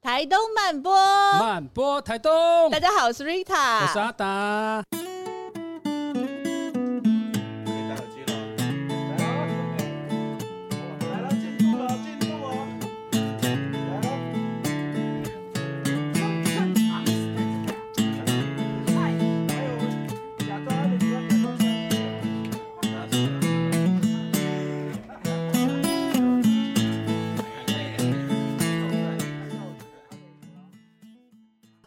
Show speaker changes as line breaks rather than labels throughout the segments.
台东慢播，
慢播台东
大，家好，我是
我是啊
Rita。
阿达。
嗯
可以戴耳机了。来了，来了，进入了，进入哦。来了。还有，假装安全，假装安全。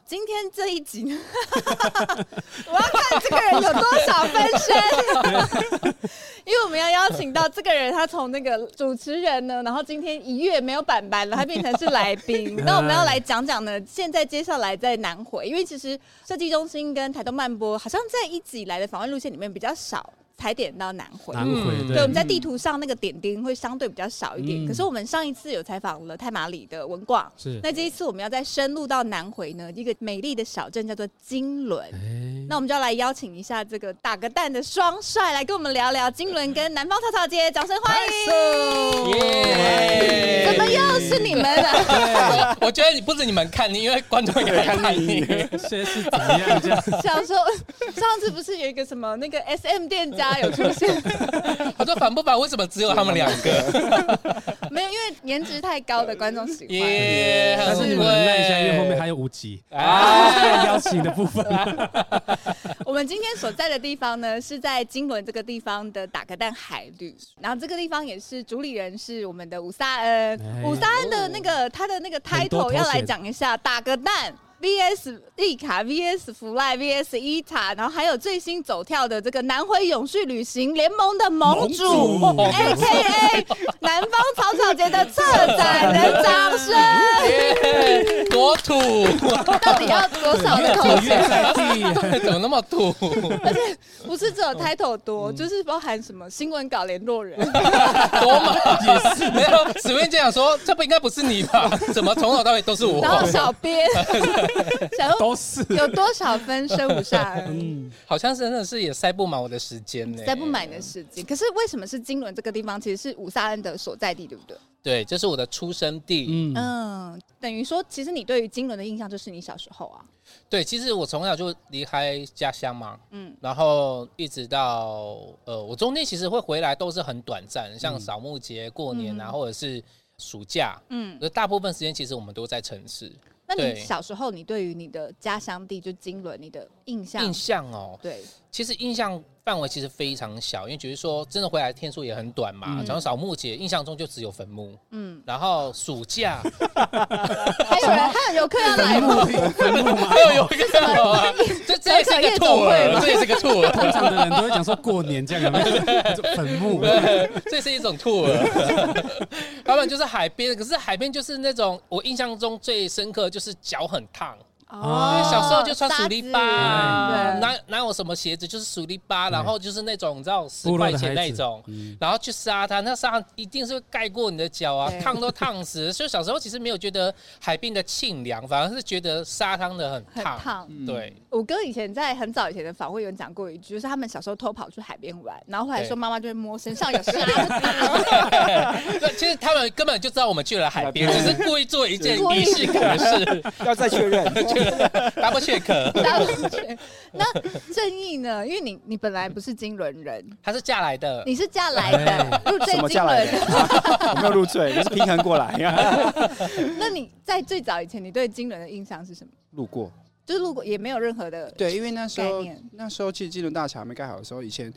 今天这一集呢， 我要看这个人有多少分身， 因为我们要邀请到这个人，他从那个主持人呢，然后今天一跃没有板板了，他变成是来 宾。那我们要来讲讲呢，现在接下来在南回，因为其实设计中心跟台东漫播好像在一直以来的访问路线里面比较少踩点到南回。
南回
嗯
对，我
对
们，在地图上那个点点会相对比较少一点。
嗯
可是我们上一次有采访了太马里的文广，
是。
那这一次我们要再深入到南回呢，一个美丽的小镇叫做金轮。
哎
那我们就要来邀请一下这个打个蛋的双帅来跟我们聊聊金轮跟南方草草姐，掌声欢迎！
耶
怎么又是你们啊？
我觉得不止你们看你，因为观众也看你。
现在是怎么样？这样
想说上次不是有一个什么那个 S M 店家有出现，
我说反不反？为什么只有他们两 个？
没有？因为颜值太高的观众喜欢。
耶！
但是你们忍耐一下，因为后面还有五 集
啊
邀请的部分。
哎
我们今天所在的地方呢，是在金轮这个地方的打个蛋海旅，然后这个地方也是主理人是我们的伍萨恩，
哎
伍萨恩的那个他的那个
很多
title
头衔
要来讲一下，打个蛋。VS 丽卡、VS 福赖、VS 伊塔，然后还有最新走跳的这个南回永续旅行联盟的盟主
盟主
a k a 南方草草节的策展人，掌 声！
耶多土，
到底要多少的口
我
水
越？在地，
怎么那么 土？
不是
嗯
只有 title 多，就是包含什么新闻稿联络人，
多嘛也是没有。史文这样说，这不应该不是你吧？ 怎么从头到尾都是我
然？后小 编，想说
都是嗯
有多少分身无下恩，
好像真的是也塞不满我的时间呢，
塞不满的时间。可是为什么是金轮这个地方，其实是伍萨恩的所在地，对不对？
对，这是我的出生地。
嗯，
嗯，等于说，其实你对于金轮的印象就是你小时候啊，
对，其实我从小就离开家乡嘛，
嗯
嗯，然后一直到呃，我中间其实会回来都是很短暂，像扫墓节、过年啊，或者是暑假，
嗯。
可大部分时间其实我们都在城市。
那你
对
小时候，你对于你的家乡地就金轮，你的印象，
印象哦，
对，
其实印象范围其实非常小，因为只是说真的回来天数也很短嘛，
嗯
然后扫墓节印象中就只有坟墓，
嗯，
然后暑 假
还有人，还有游客要来吗？
还有有一个什么啊， 这这也是一个
夜总会
tour，
吗
这也是一个 tour，
通常的人都会讲说过年这样有 没有？就坟墓
对， 这是一种 tour。他们就是海边，可是海边就是那种我印象中最深刻，就是脚很烫。因为
哦
小时候就穿鼠力巴
沙子
啊，
嗯对
哪哪有什么鞋子，就是鼠力巴，然后就是那种你知道十
部落
块
的
钱
孩
那
子
种，
嗯
然后去沙滩，那沙滩一定是会盖过你的脚啊
对，
烫都烫死。所以小时候其实没有觉得海边的清凉，反而是觉得沙滩的很
很
烫。
烫，
对，
我哥以前在很早以前的访问有讲过一句，就是他们小时候偷跑去海边玩，然后后来说
对
妈妈就会摸身上有沙子，
那其实他们根本就知道我们去了海边，
海
只
边
是故意做一件
故意
仪式感 的事
要再确 认，
，double check。
大家都觉得那正义呢？因为你你本来不是金轮人，
她是嫁来的，
你是嫁来
哎
的，入赘
什么
金
下来
轮
的。？我没有入赘，就是平衡过来呀。
那你在最早以前，你对金轮的印象是什么？
路过。
就是如果也没有任何的，
对，因为那时
概
候
念
那时候其实金轮大桥还没盖好的时候，以前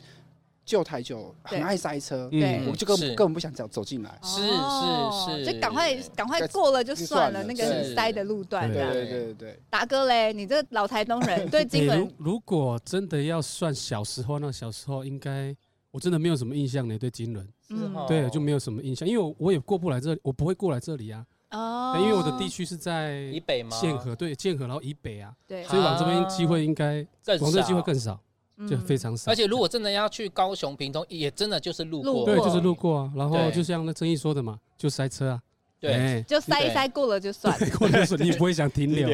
旧台旧，
对
很爱塞车，
对
我就根本
是
根本不想走走进来。
是
哦
是
就赶快赶快过了就算了，那
就
算了
个塞的路段这
对
样。
对对对对，
达哥嘞，你这老台东 人对金
欸
轮
如如果真的要算小时候，那小时候应该我真的没有什么印象呢，对金轮，
是哦
对，就没有什么印象，因为我我也过不来这里，我不会过来这里啊，
哦
因为我的地区是在
以北吗？
剑河，对，剑河然后以北啊，
对，
所以往这边机会应该
更
往这机会
少
更少，
嗯
就非常少，
而且如果真的要去高雄、屏东，也真的就是路
路
过，
对，就是路过啊，然后
对
就像那曾毅说的嘛，就塞车啊，
对
欸
就塞一塞过了就算 了。
或者是你也不会想停留，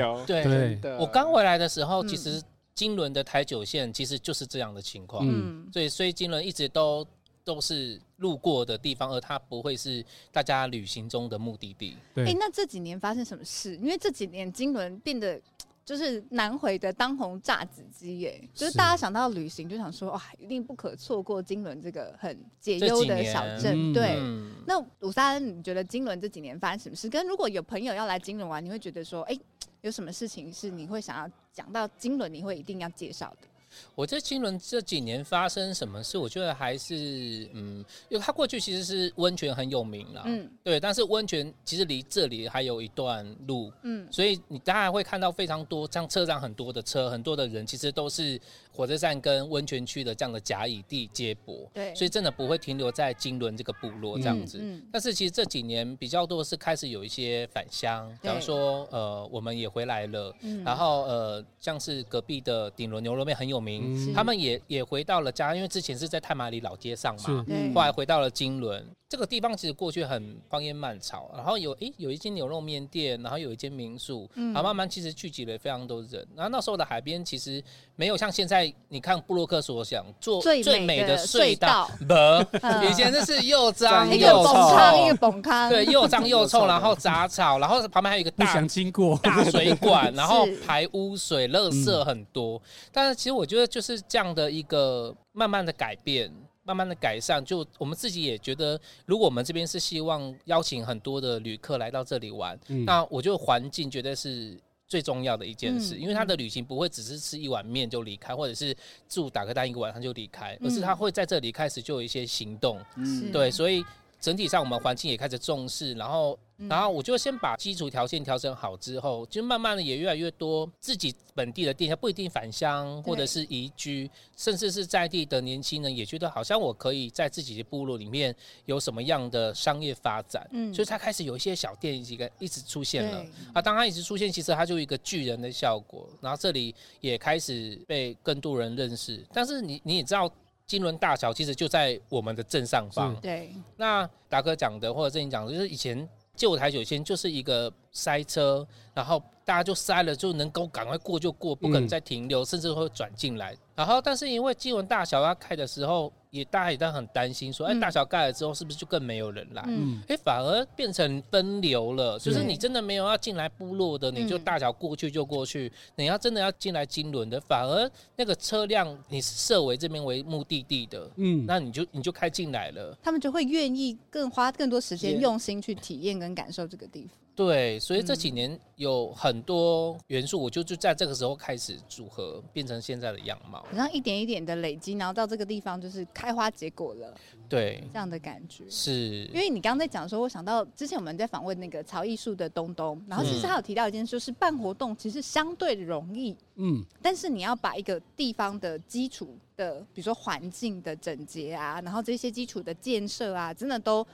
对
对
真的
我刚回来的时候，
嗯
其实金轮的台九线其实就是这样的情况，
嗯
嗯，
所以所以金轮一直都都是路过的地方，而它不会是大家旅行中的目的地。
哎、
对，
那这几年发生什么事？因为这几年金轮变得就是南回的当红炸子鸡耶，就是
是
大家想到旅行就想说哇，一定不可错过金轮这个很解忧
这
的
几年
小镇。
嗯
对，
嗯，
那鲁三，你觉得金轮这几年发生什么事？跟如果有朋友要来金轮玩，你会觉得说，哎、有什么事情是你会想要讲到金轮，你会一定要介绍的？
我觉得金轮这几年发生什么事，我觉得还是嗯，因为它过去其实是温泉很有名啦，
嗯
对，但是温泉其实离这里还有一段路，
嗯，
所以你当然会看到非常多，像车站很多的车，很多的人，其实都是火车站跟温泉区的这样的甲乙地接驳，
对
所以真的不会停留在金轮这个部落这样子。
嗯嗯
但是其实这几年比较多是开始有一些返乡，比
对
方说呃，我们也回来了，
嗯
然后呃，像是隔壁的顶轮牛肉面很有名，
嗯
是
他们也也回到了家，因为之前是在太马里老街上嘛，
是
对
后来回到了金轮这个地方，其实过去很荒烟漫草，然后有诶、有一间牛肉面店，然后有一间民宿，
嗯
然后慢慢其实聚集了非常多人。然后那时候的海边其实没有像现在，你看布洛克所想做
最
美
美
的
的
隧
隧
道
道，
不，
嗯
以前就是又脏
一
又
个崩康，一个
臭，
崩康，
哦对，又脏又
又
臭，
臭
然后杂草，然后旁边还有一个
不
大
想经过，
大水管，然后
是
排污水、垃圾很多。但是其实我觉得就是这样的一个慢慢的改变。慢慢的改善，就我们自己也觉得，如果我们这边是希望邀请很多的旅客来到这里玩，
嗯
那我觉得环境绝对是最重要的一件事，
嗯
因为他的旅行不会只是吃一碗面就离开，或者是住打个单一个晚上就离开，
嗯
而是他会在这里开始就有一些行动，
嗯
是
对，所以整体上我们环境也开始重视，然后，
嗯
然后我就先把基础条件调整好之后，就慢慢的也越来越多自己本地的店家，不一定返乡或者是移居，甚至是在地的年轻人也觉得好像我可以在自己的部落里面有什么样的商业发展，
嗯
所以才开始有一些小店一直一直出现了
对。
啊，当它一直出现，其实它就有一个巨人的效果，然后这里也开始被更多人认识。但是你你也知道，金轮大桥其实就在我们的正上方
是。
对，
那达哥讲的，或者正经讲的，就是以前旧台九线就是一个塞车，然后大家就塞了，就能够赶快过就过，不可能
嗯
再停留，甚至会转进来。然后，但是因为金文大桥要开的时候，也大家也当然很担心说，哎、
嗯
大桥盖了之后是不是就更没有人来？
嗯
哎、反而变成分流了，就是
是
你真的没有要进来部落的，你就
嗯
大桥过去就过去；你要真的要进来金轮的，反而那个车辆你是设为这边为目的地的，
嗯，
那你就你就开进来了。
他们就会愿意更花更多时
也
间用心去体验跟感受这个地方。
对，所以这
嗯
几年有很多元素，我就就在这个时候开始组合，变成现在的样貌。
然后一点一点的累积，然后到这个地方就是开花结果了，
对，
这样的感觉。
是
因为你刚刚在讲说，我想到之前我们在访问那个曹艺术的东东，然后其
嗯
实他有提到一件事，就是办活动其实相对容易，
嗯，
但是你要把一个地方的基础的，比如说环境的整洁啊，然后这些基础的建设啊，真的都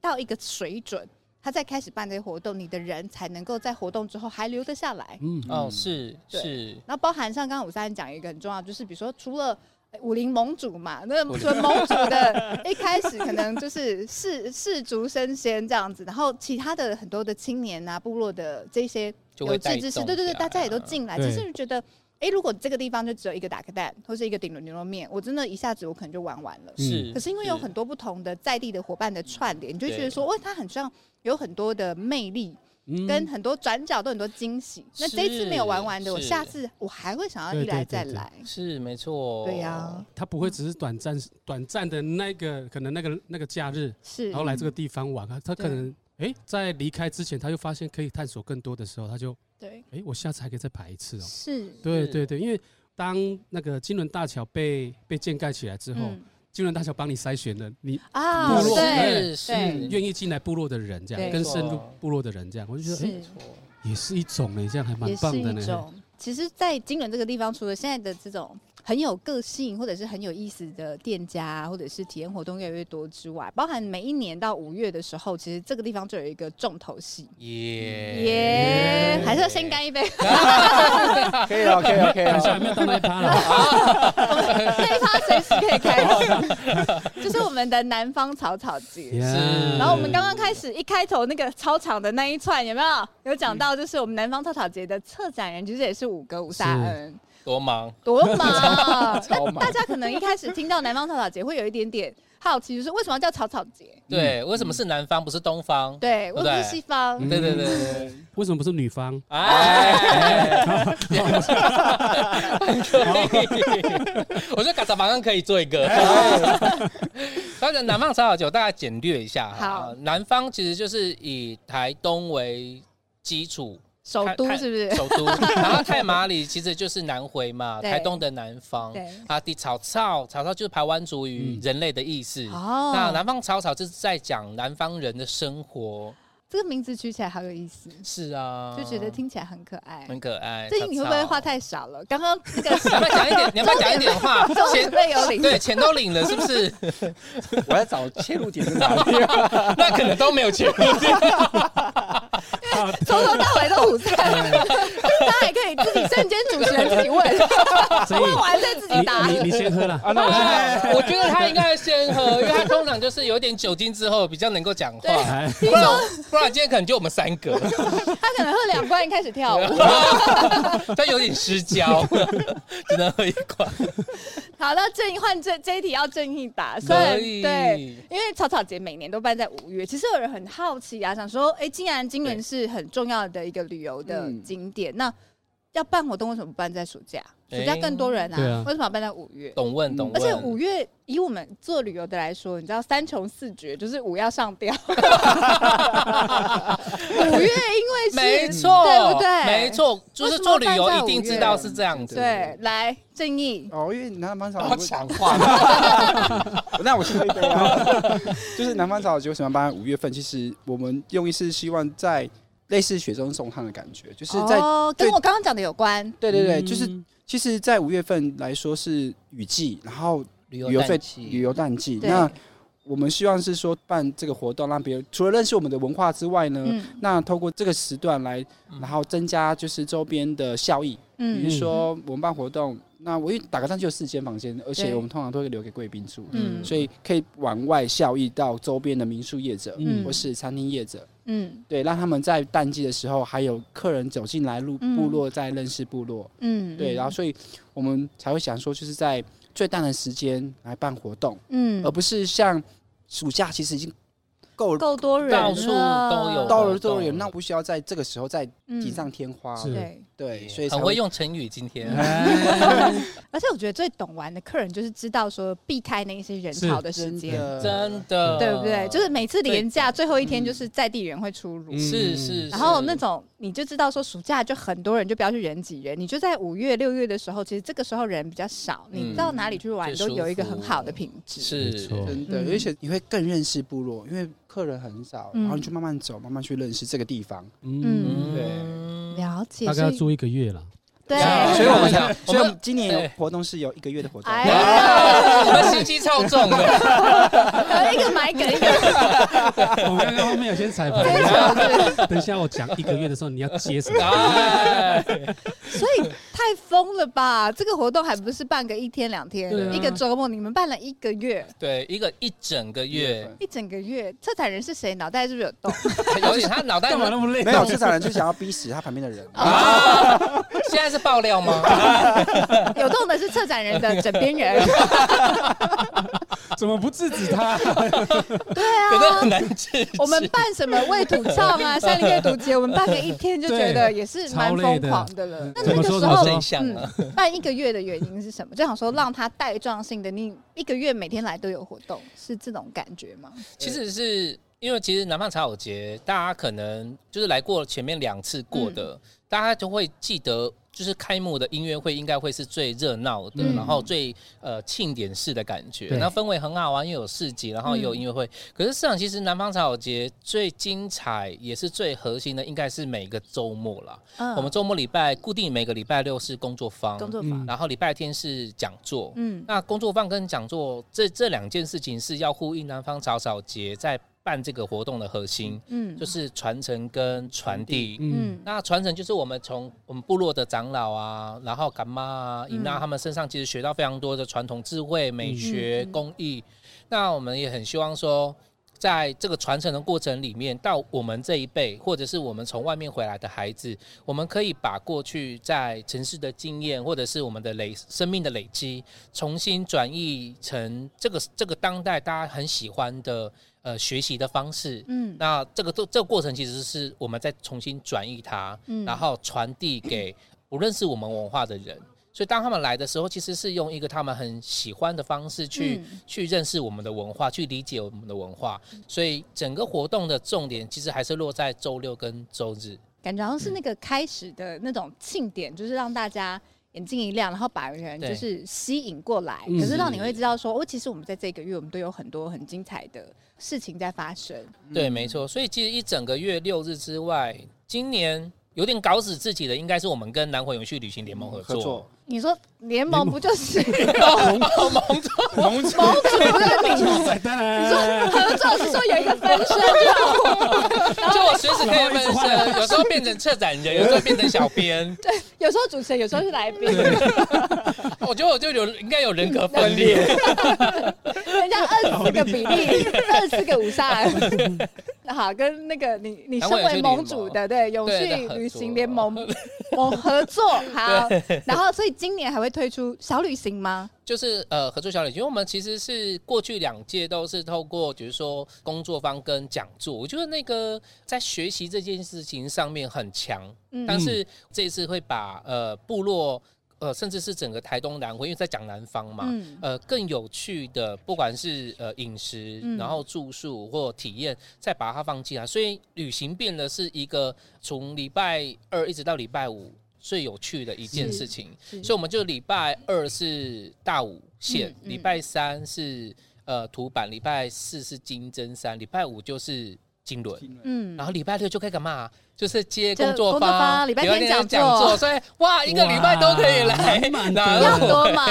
到一个水准，他再开始办这些活动，你的人才能够在活动之后还留得下来。
嗯，
哦，是
对
是，
然后包含像刚刚五三讲一个很重要，就是比如说除了呃武林盟主嘛，那除了盟主的一开始可能就是士士族升仙这样子，然后其他的很多的青年啊、部落的这些
就会
有志之
带
士，
动
对对
起
对，
来啊
大家也都进来，
对
只是觉得。哎，如果这个地方就只有一个打个蛋，或是一个顶轮牛肉面，我真的一下子我可能就玩完了。
嗯
是。
可是因为有很多不同的在地的伙伴的串联，你就会觉
对
得说，哇，它很像有很多的魅力，
嗯
跟很多转角都很多惊喜。那这一次没有玩完的，
是哦
我下次我还会想要一来再来。
是没错，
对呀，
他不会只是短暂短暂的那个，可能那个那个假日，
是
然。后来这个地方玩啊，他可
对
能诶，在离开之前，他又发现可以探索更多的时候，他就
对，
诶，我下次还可以再排一次哦。
是。
对
是
对对，因为当那个金轮大桥被被建盖起来之后，
嗯
金轮大桥帮你筛选了你
啊，
部落
对
是
对
是
愿意进来部落的人，这样
嗯对
跟深
没
入
错
部落的人这样，我就觉得诶
是。
也是一种呢，这样还蛮
也
棒
是
的
一
呢。
种。其实，在金门这个地方，除了现在的这种很有个性或者是很有意思的店家，或者是体验活动越来越多之外，包含每一年到五月的时候，其实这个地方就有一个重头戏。
耶
耶、还是要先干一杯。
可以了，可以了，可以
等一下还
了。
没有到那一趴了，
这一趴随时可以开始，就是我们的南方草草 节。
Yeah
然后我们刚刚开始一开头那个操场的那一串有没有有讲到？就是我们南方草草节的策展人其实也是五哥吴沙恩，
多忙，
多忙！那
超忙
大家可能一开始听到南方草草节会有一点点好奇，就是为什么要叫草草节？
对，为什么是南方不是东方？
嗯对，为什么是
对
西方？
嗯
对对对对，对
为什么不是 女方？
哎，可以，我说嘎子马上可以做一个。当然，南方烧烤酒大概简略一下哈。
好
啊南方其实就是以台东为基础，
首都
看
是不是？
首都，然后太麻里其实就是南回嘛，
对
台东的南 方。
对，
啊，地草草草草就是排湾族语
嗯
人类的意思。
哦，
那南方草草就是在讲南方人的生活，
这个名字取起来好有意思，
是啊，
就觉得听起来很可爱。
很可爱。
最近你会不会
草草
话太少了？刚刚那个
你要不 要 讲一点？你要不要讲一点话？
重点
钱
被有领，
对，钱都领了，是不是？
我在找切入点是哪里 啊？
那可能都没有钱。
从头到尾都五三，大家也可以自己瞬间主持人自己问，
所以
问完再自己答。
你你你先喝了，
啊那我先
哎我觉得他应该先喝，因为他通常就是有点酒精之后比较能够讲
对
话，
哎，
不然不然今天可能就我们三个，
他可能喝两罐开始跳舞。
他有点失焦， 只能喝一罐。
好，那正义换这这一题要正义答，虽然
可以，
对。因为草草节每年都办在五月，其实有人很好奇啊，想说，哎、竟然金门是很重要的一个旅游的
嗯
景点，那要办活动为什么不办在暑假？暑假
诶
更多人啊，
对啊
为什么要办在五月？
懂问懂
而
问，
且五月以我们做旅游的来说，你知道三穷四绝，就是五要上 吊。五月因为是
没错，
对不对？
没。错，就是做旅游一定知道是这样子。
对，来正义，
哦，因为南方草
好
我
强化，
那我先喝一杯啊。 就是南方早酒什么班五月份，其实我们用意是希望在类似雪中送炭的感觉，就是在、
哦，跟
对
我刚刚讲的有关。
对对对，就是
嗯
其实，在五月份来说是雨季，然后
旅
旅游
淡
费
季
旅游淡季。
对，
那我们希望是说办这个活动，让别人除了认识我们的文化之外呢，
嗯
那透过这个时段来，
嗯
然后增加就是周边的效益。比
嗯
如说我们办活动，那我一打个上去有四间房间，而且
对
我们通常都会留给贵宾住，
嗯
所以可以往外效益到周边的民宿业者、
嗯
或是餐厅业者，
嗯
对，让他们在淡季的时候还有客人走进来入
嗯
部落，再认识部落。
嗯，
对，然后所以我们才会想说，就是在最淡的时间来办活动，
嗯
而不是像暑假其实已经够了，
够多人了，嗯
到处都有
到了
活动
多人，那不需要在这个时候再锦上添花。
是
对，
对，所以才
很会用成语。今天
嗯而且我觉得最懂玩的客人就是知道说避开那一些人潮的时
真
间，
的
真 的，
对不对？就是每次
呃对嗯
廉价最后一天就是在地人会出入，
是是，
嗯然后
是
那种你就知道说暑假就很多人就不要去人挤人，你就在五月六月的时候，其实这个时候人比较少，
嗯
你到哪里去玩
最
都
舒
有一个
服
很好的品质。
是
没错
真的，
嗯
而且你会更认识部落，因为客人很少，
嗯
然后你就慢慢走，慢慢去认识这个地方。
嗯，
了解，
大概要
所以
住一个月 了。
对，
啊
所以我们
想
所以我们
们
今年
对
有活动是有一个月的活动，
哎
哇我们心机超重的，
一个买梗， 一个
我们刚刚后面有先彩
非
排，
常对啊
等一下我讲一个月的时候你要接什 么？
哎
所以太疯了吧！ 这个活动还不是办个一天两天，
对啊啊
一个周末，你们办了一个月，
对，一个一整个月，
一整个月。策展人是谁？脑袋是不是有洞？
尤其他脑袋
干嘛那么累？
没有市场人就想要逼死他旁边的人，
啊，现在是爆料吗？
有洞的是策展人的枕边 人。
怎么不制止他？
对
可是很
啊，
难制止。
我们办什么未土唱 啊、山林阅读节，我们办个一天就觉得也是蛮疯狂的了。那
超
那个
累的
时
怎
候
么说怎
真相啊，
办一个月的原因是什么？就想说让它带状性的，你一个月每天来都有活动，是这种感觉吗？
其实是因为其实南方茶友节，大家可能就是来过前面两次过的，
嗯
大家就会记得。就是开幕的音乐会应该会是最热闹的，
嗯
然后最呃庆典式的感觉，
对
那氛围很好啊，因为有市集，然后也
嗯
有音乐会。可是市场其实南方茶友节最精彩也是最核心的，应该是每个周末啦。
嗯
我们周末礼拜固定每个礼拜六是工作坊，
工作坊，
然后礼拜天是讲座。
嗯
那工作坊跟讲座这这两件事情是要呼应南方草草节在办这个活动的核心，
嗯，
就是传承跟传递。
嗯，
嗯
那传承就是我们从我们部落的长老啊，然后干妈啊、姨妈
嗯
他们身上，其实学到非常多的传统智慧、美
嗯
学、
嗯
工艺。那我们也很希望说，在这个传承的过程里面，到我们这一辈，或者是我们从外面回来的孩子，我们可以把过去在城市的经验，或者是我们的累生命的累积，重新转译成这个这个当代大家很喜欢的呃学习的方式。
嗯
那这个这这个过程其实是我们在重新转译它，
嗯
然后传 递给不认识我们文化的人。所以当他们来的时候，其实是用一个他们很喜欢的方式去、
嗯
去认识我们的文化，去理解我们的文化。所以整个活动的重点其实还是落在周六跟周日。
感觉好像是那个开始的那种庆典，就是让大家眼睛一亮，然后把人
对
就是吸引过来，
嗯
可是让你会知道说，哦，其实我们在这个月我们都有很多很精彩的事情在发生。
嗯
对，没错。所以其实一整个月六日之外，今年有点搞死自己的，应该是我们跟南回永续旅行联盟合
嗯合作
作。
你说联盟不就是
农
盟主不是你？
彩蛋啊！
合作是说有一个分身就
就我随时可以 分身，有时候变成策展人，有时候变成小编。
有时候主持人，有时候是来宾，
我觉得我就有应该有人格分
嗯
裂，
人家二十四个比例，二十四个五杀。 好，跟那个你你身为盟主的对永续旅行联盟我合作好，然后所以今年还会推出小旅行吗？
就是呃合作小旅行。因为我们其实是过去两届都是透过，比如说工作坊跟讲座，我觉得那个在学习这件事情上面很强，
嗯
但是这一次会把呃部落呃甚至是整个台东南回，因为在讲南方嘛，
嗯
呃更有趣的，不管是呃饮食
嗯，
然后住宿或体验，再把它放进来，所以旅行变得是一个从礼拜二一直到礼拜五最有趣的一件
是
事情。
是
所以我们就礼拜二是大武线
嗯，嗯
礼、拜三是呃土板，礼拜四是金针山，礼拜五就是金轮。
嗯
然后礼拜六就可以干嘛？就是接
就
工作
工作
坊，
坊礼拜
有
天
一
讲
点
座
讲座，所以哇，一个礼拜都可以来
哇满满。的
要
然后
多嘛，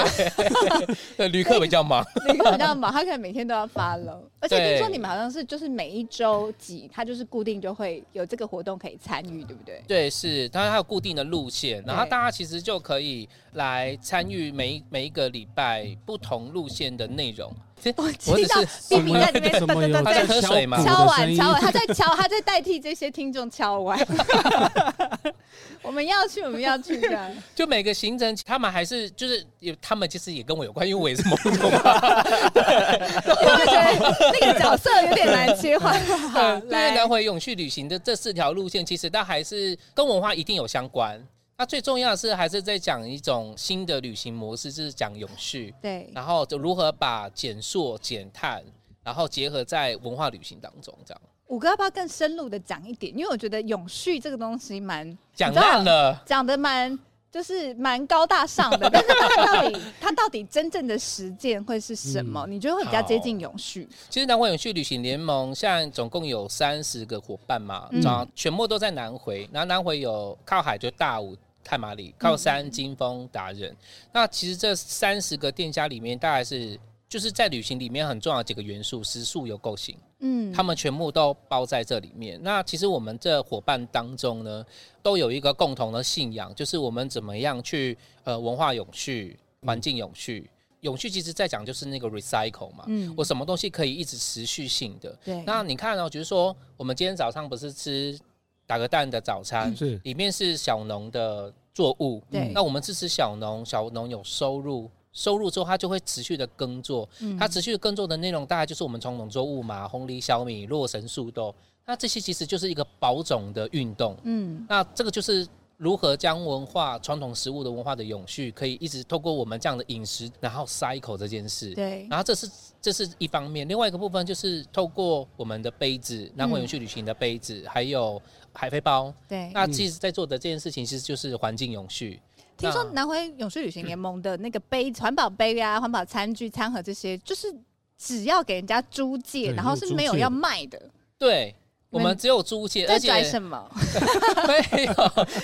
呃旅客比较忙，
你可能要忙，他可能每天都要发了。而且
对
听说你们好像是就是每一周几，他就是固定就会有这个活动可以参与，对不对？
对，是，当然它有固定的路线，然后
对
大家其实就可以来参与每一每一个礼拜不同路线的内容。其实
我
我
听
只
到
是
B B 在那边
怎
噔
么
噔
有
噔
他在
噔
喝水
敲
吗
鼓的声
碗
音
敲碗，他在敲，他在代替这些听众敲碗。 我们要去，我们要去这 样。
就每个行程，他们还是就是有，他们其实也跟我有关，因为我也是某种嘛。
我就觉得那个角色有点难切 换。 好
对，
来
来，回永续旅行的这四条路线，其实它还是跟文化一定有相关。那最重要的是，还是在讲一种新的旅行模式，就是讲永续，
对，
然后就如何把减塑、减碳，然后结合在文化旅行当中，这样
五哥要不要更深入的讲一点？因为我觉得永续这个东西蛮
讲烂了。
讲的蛮。就是蛮高大上 的，但是它到底它到底真正的实践会是什么？
嗯
你觉得会比较接近永续？
其实南回永续旅行联盟现在总共有三十个伙伴嘛，
嗯
然后全部都在南回，然后南回有靠海就大武。看马
嗯
里靠山金峰达人，那其实这三十个店家里面，大概是就是在旅行里面很重要的几个元素，食宿有构型，
嗯，
他们全部都包在这里面。那其实我们这伙伴当中呢，都有一个共同的信仰，就是我们怎么样去呃文化永续、
嗯
环境永续。永续其实在讲就是那个 recycle 嘛，
嗯
我什么东西可以一直持续性的。
对，
那你看哦，比如说我们今天早上不是吃打个蛋的早餐，
是
里面是小农的作物，
嗯对
嗯那我们支持小农，小农有收入。收入之后，它就会持续的耕作。
嗯
它持续耕作的内容大概就是我们传统作物嘛，红梨、小米、洛神、树豆。那这些其实就是一个保种的运动。
嗯
那这个就是如何将文化、传统食物的文化的永续，可以一直透过我们这样的饮食，然后 cycle 这件事。
对，
然后这是这是一方面，另外一个部分就是透过我们的杯子，南回永续旅行的杯子，
嗯
还有海飞包。
对，
那其实在做的这件事情，其实就是环境永续。
听说
那嗯
南回永续旅行联盟的那个杯、环保杯啊、环保餐具、餐盒这些，就是只要给人家租借，
对
然后是没有要卖的，
对，
你
我
们
们只有租借，
在
而且
拽什么？
没有，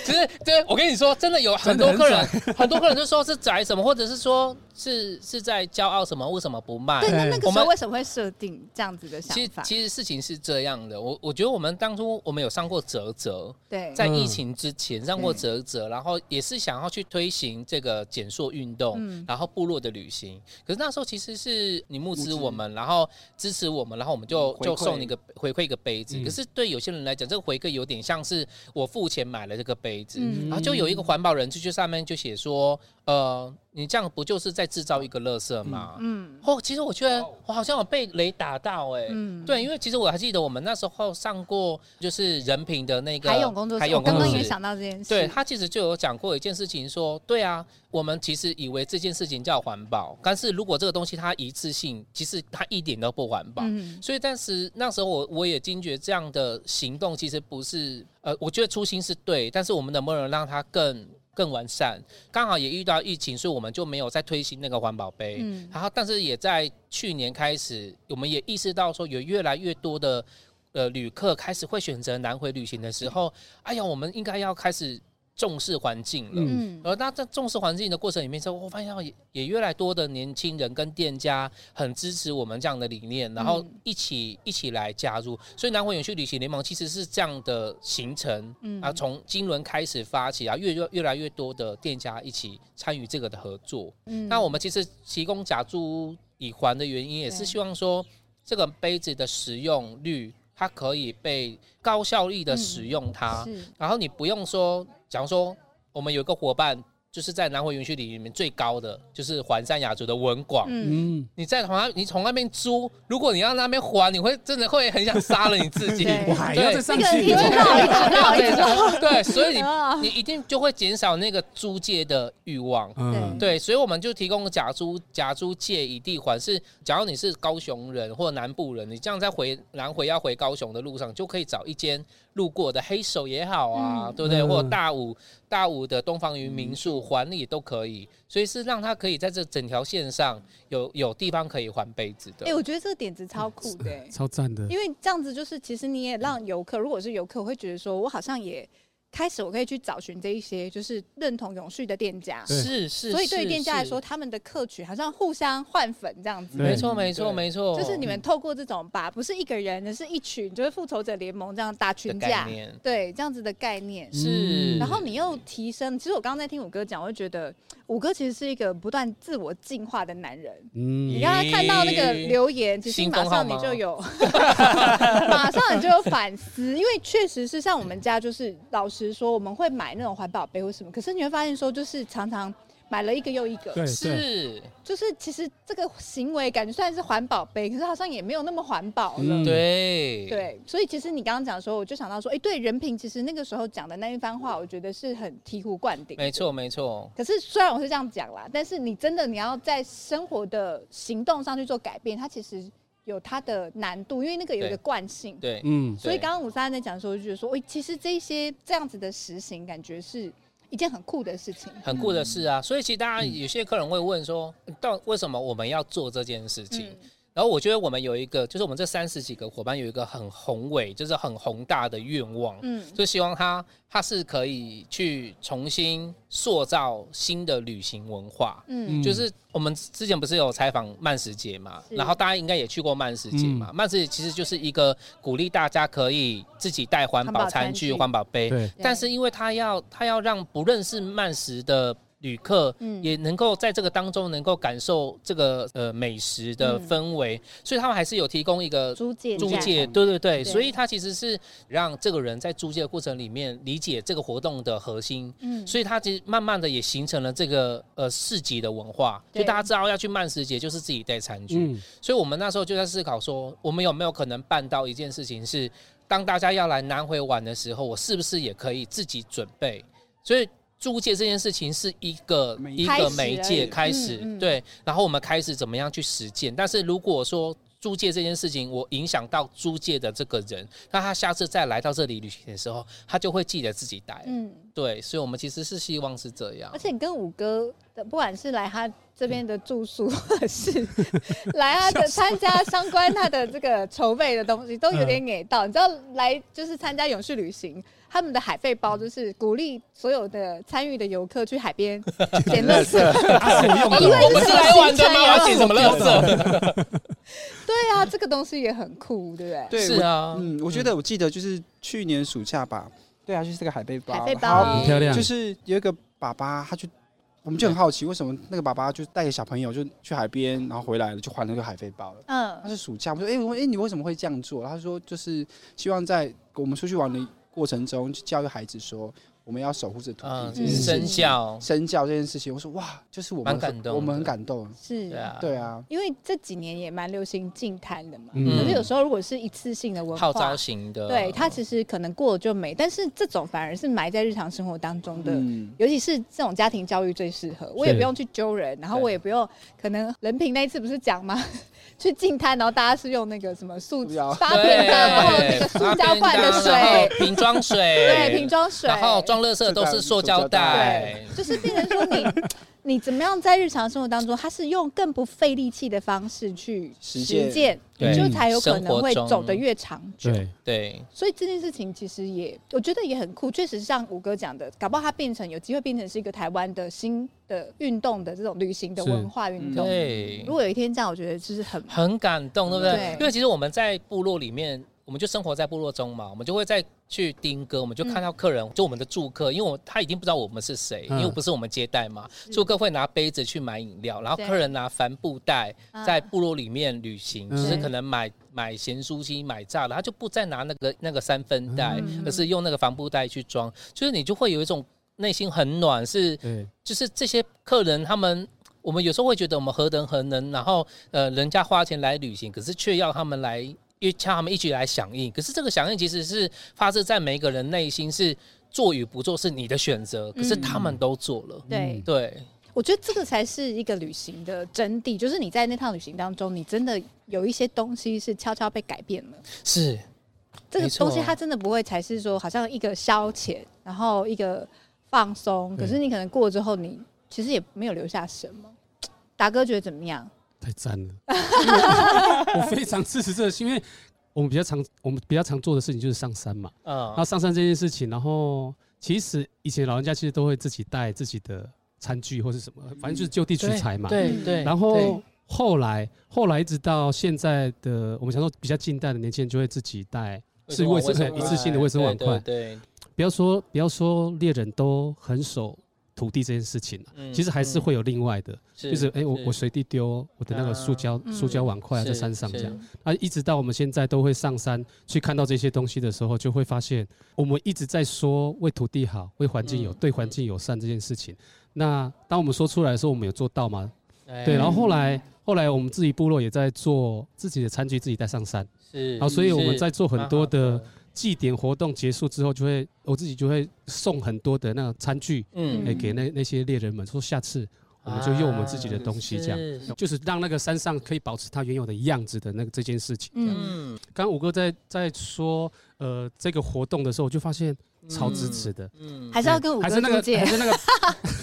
只是对我跟你说，真的有很多客人，很多客人就说是宅什么，或者是说是是在骄傲什么？为什么不卖？
对，那那
哎
个
我
时候
们
为什么会设定这样子的想
其实
法？
其实事情是这样的，我我觉得我们当初我们有上过泽泽，
对，
在疫
嗯
情之前上过泽泽，然后也是想要去推行这个减塑运动，
嗯
然后部落的旅行。可是那时候其实是你募资
募资
我们，然后支持我们，然后我们就
嗯回
就
馈
送你一个回馈一个杯子。
嗯
可是对有些人来讲，这个回馈有点像是我付钱买了这个杯子，
嗯
然后就有一个环保人士去上面就写说，呃，你这样不就是在制造一个垃圾吗？
嗯
哦，其实我觉得我好像有被雷打到哎、
嗯，
对，因为其实我还记得我们那时候上过就是人品的那个
海勇工作
海
室，我
勇
刚
啊工
刚
作
也
室，
想到这件事，
对他其实就有讲过一件事情说对啊，我们其实以为这件事情叫环保，但是如果这个东西它一次性，其实它一点都不环保。
嗯
所以，但是那时候我我也惊觉这样的行动其实不是，呃，我觉得初心是对，但是我们能不能让它更更完善？刚好也遇到疫情，所以我们就没有再推行那个环保杯。
嗯
然后，但是也在去年开始，我们也意识到说，有越来越多的呃旅客开始会选择南回旅行的时
嗯
候，哎呀，我们应该要开始重视环境了。
嗯
嗯
而那在重视环境的过程里面之后，我发现到也也越来越多的年轻人跟店家很支持我们这样的理念，然后
嗯
一起、一起来加入。所以南回永续旅行联盟其实是这样的形成、
嗯
啊，从金轮开始发起啊，越越越来越多的店家一起参与这个的合作。
嗯
那我们其实提供假租以还的原因，也是
对
希望说这个杯子的使用率，它可以被高效率的使用它。
嗯是
然后你不用说，假如说我们有一个伙伴，就是在南回园区里面最高的，就是环山雅族的文广。
嗯
嗯，
你在从那，你从那边租，如果你要那边还，你会真的会很想杀了你自己。
对
我还要再
对
上
这个
去
一直绕一直绕一直绕，
对， 所以 你
啊
你一定就会减少那个租借的欲望。
嗯，
对，所以我们就提供假租假租借以地还是，假如你是高雄人或南部人，你这样在回南回要回高雄的路上，就可以找一间路过的黑手也好啊，
嗯
对不对？
嗯
或大武大武的东方云民宿、还你都可以，所以是让他可以在这整条线上有有地方可以还杯子的。
哎，我觉得这个点子超酷的欸，
超赞的，
因为这样子就是其实你也让游客，如果是游客，我会觉得说我好像也开始我可以去找寻这一些就是认同永续的店家，
对
是是，
所以对于
是
店家来
是
说，他们的客群好像互相换粉这样子。
对
没错没错
对
没错，
就是你们透过这种把不是一个人，而是一群，就是复仇者联盟这样打
的
群
概
架，
念
对这样子的概念。
是，
嗯
然后你又提升，其实我刚刚在听五哥讲，我就觉得五哥其实是一个不断自我进化的男人。你
嗯
刚刚看到那个留言，其实
新
马
封号
上你
吗
就有， 马上你就有反思，因为确实是像我们家，就是老实说，我们会买那种环保杯或什么，可是你会发现说，就是常常买了一个又一个，
对对，
是，
就是其实这个行为感觉虽然是环保杯，可是好像也没有那么环保了。
嗯
对。
对，所以其实你刚刚讲的时候，我就想到说，哎、对人品，其实那个时候讲的那一番话，我觉得是很醍醐灌顶。
没错，没错。
可是虽然我是这样讲啦，但是你真的你要在生活的行动上去做改变，它其实有它的难度，因为那个有一个
对
惯性。
对，
嗯
所以
对
刚刚五三在讲的时候，我就觉得说，哎、其实这一些这样子的实行，感觉是一件很酷的事情。
很酷的事啊。所以其实大家有些客人会问说，到底为什么我们要做这件事
嗯
情？然后我觉得我们有一个，就是我们这三十几个伙伴有一个很宏伟，就是很宏大的愿望，
嗯
就希望他他是可以去重新塑造新的旅行文化。
嗯嗯
嗯
就是我们之前不是有采访曼食节嘛，
是
然后大家应该也去过曼食节嘛。曼食节其实就是一个鼓励大家可以自己带环
环
保
保餐
餐具、
具
环保杯，
对，
但是因为他要他要让不认识慢食的旅客。
嗯
也能够在这个当中能够感受这个呃美食的
嗯
氛围，所以他们还是有提供一个
租借
租
价
借，对对
对
对，所以他其实是让这个人在租借的过程里面理解这个活动的核心，
嗯
所以他其实慢慢的也形成了这个呃市集的文化，就
对
大家知道要去慢食节就是自己带餐具，
嗯
所以我们那时候就在思考说，我们有没有可能办到一件事情是，当大家要来南回玩的时候，我是不是也可以自己准备？所以租借这件事情是一个
媒介
一个媒介
开
开
始而已
始，
嗯嗯
对。然后我们开始怎么样去实践？但是如果说租借这件事情，我影响到租借的这个人，那他下次再来到这里旅行的时候，他就会记得自己带了。
嗯。
对，所以我们其实是希望是这样
而。且你跟五哥的，不管是来他这边的住宿， 或者是来他的参加相关他的这个筹备的东西，都有点给到。你知道来就是参加永续旅行，他们的海费包就是鼓励所有的参与的游客去海边捡垃圾。
啊，是我用
因为
的
我不是来玩的吗？我要捡什么垃圾？
对啊，这个东西也很酷，对不对？
对，
是啊，
嗯，我觉得我记得就是去年暑假吧，对啊，就是这个海背包，
海背
然后
包
很漂亮，
就是有一个爸爸，他就我们就很好奇，为什么那个爸爸就带着小朋友就去海边，然后回来了就还那个海飞包了。他
嗯，
是暑假，我说哎，我、哎你为什么会这样做？他说就是希望在我们出去玩的过程中，去教育孩子说我们要守护这土地
嗯，
这件事
生
情，
肖，
身教这件事情。我说哇，就是我们
蛮
很
感动
我们很
的
感动。
是，
对啊，
对啊，
因为这几年也蛮流行净滩的嘛。可
嗯
是有时候如果是一次性的文
号召
化，
型的，
对它其实可能过了就没，但是这种反而是埋在日常生活当中的。
嗯，
尤其是这种家庭教育最适合，我也
是
不用去揪人，然后
对
我也不用，可能人品那一次不是讲吗？ 去净滩，然后大家是用那个什么塑
塑料
发片缸，
对
然后那个塑胶罐的
发便当然后
水，
瓶装水，
对，瓶装水，
然后装垃圾都是塑胶袋
对，，就是变成说你 你怎么样在日常生活当中，它是用更不费力气的方式去
实
实
践
践，
对
你就才有可能会
生活中
走得越长久。
对，
对，
所以这件事情其实也，我觉得也很酷。确实像五哥讲的，搞不好它变成有机会变成是一个台湾的新的运动的这种旅行的
是
文化运
嗯
动。
对
如，果有一天这样，我觉得就是很
很感动，对不对
对？
因为其实我们在部落里面，我们就生活在部落中嘛，我们就会再去丁哥，我们就看到客人，
嗯
就我们的住客，因为我他已经不知道我们是谁，
嗯
因为不是我们接待嘛，住客会拿杯子去买饮料，然后
对
客人拿帆布袋
啊
在部落里面旅行，
嗯
就是可能买买咸酥鸡、买炸的，他就不再拿那个那个三分袋，
嗯
而是用那个帆布袋去装，就是你就会有一种内心很暖，是
对，
就是这些客人他们，我们有时候会觉得我们何德何能，然后呃，人家花钱来旅行，可是却要他们来，又叫他们一起来响应。可是这个响应其实是发自在每一个人内心，是做与不做是你的选择，可是他们都做了。
对
嗯
对，
我觉得这个才是一个旅行的真谛，就是你在那趟旅行当中，你真的有一些东西是悄悄被改变了。
是
这个
没错
东西它真的不会才是说好像一个消遣，然后一个放松，
对
可是你可能过了之后，你其实也没有留下什么。达哥觉得怎么样？
太赞 了！我非常支持这个，因为我们比较常我们比较常做的事情就是上山嘛。
嗯
哦
然后上山这件事情，然后其实以前老人家其实都会自己带自己的餐具或是什么，反正就是就地取材嘛。
对
嗯
对，
然
哎对
后后来后来一直到现在的我们想说比较近代的年轻人就会自己带，是卫生
碗
一次性的卫生碗筷。
哎对，对
不要说不要说猎人都很守土地这件事情了，
嗯
其实还是会有另外的，就是哎、我我随地丢我的那个塑胶、
嗯
塑胶碗筷啊在山上这
是
样。啊，一直到我们现在都会上山去看到这些东西的时候，就会发现我们一直在说为土地好、为环境友、
嗯
对环境友善这件事情。那当我们说出来的时候，我们有做到吗？
哎
对。然后后来，后来我们自己部落也在做自己的餐具，自己带上山。
是，
然后，所以我们
嗯是啊嗯
在做很
蛮
多
好
的哎祭典活动结束之后，就会我自己就会送很多的那个餐具，
嗯
哎、给那那些猎人们，说下次我们就用我们自己的东西这样。
样，啊是
就是让那个山上可以保持它原有的样子的那个这件事情，
嗯，
嗯，
刚刚五哥在在说呃这个活动的时候，我就发现超支持的，
嗯，嗯，
还是要跟五
还
哥
是那个
租
还
借，
是 那个，
直接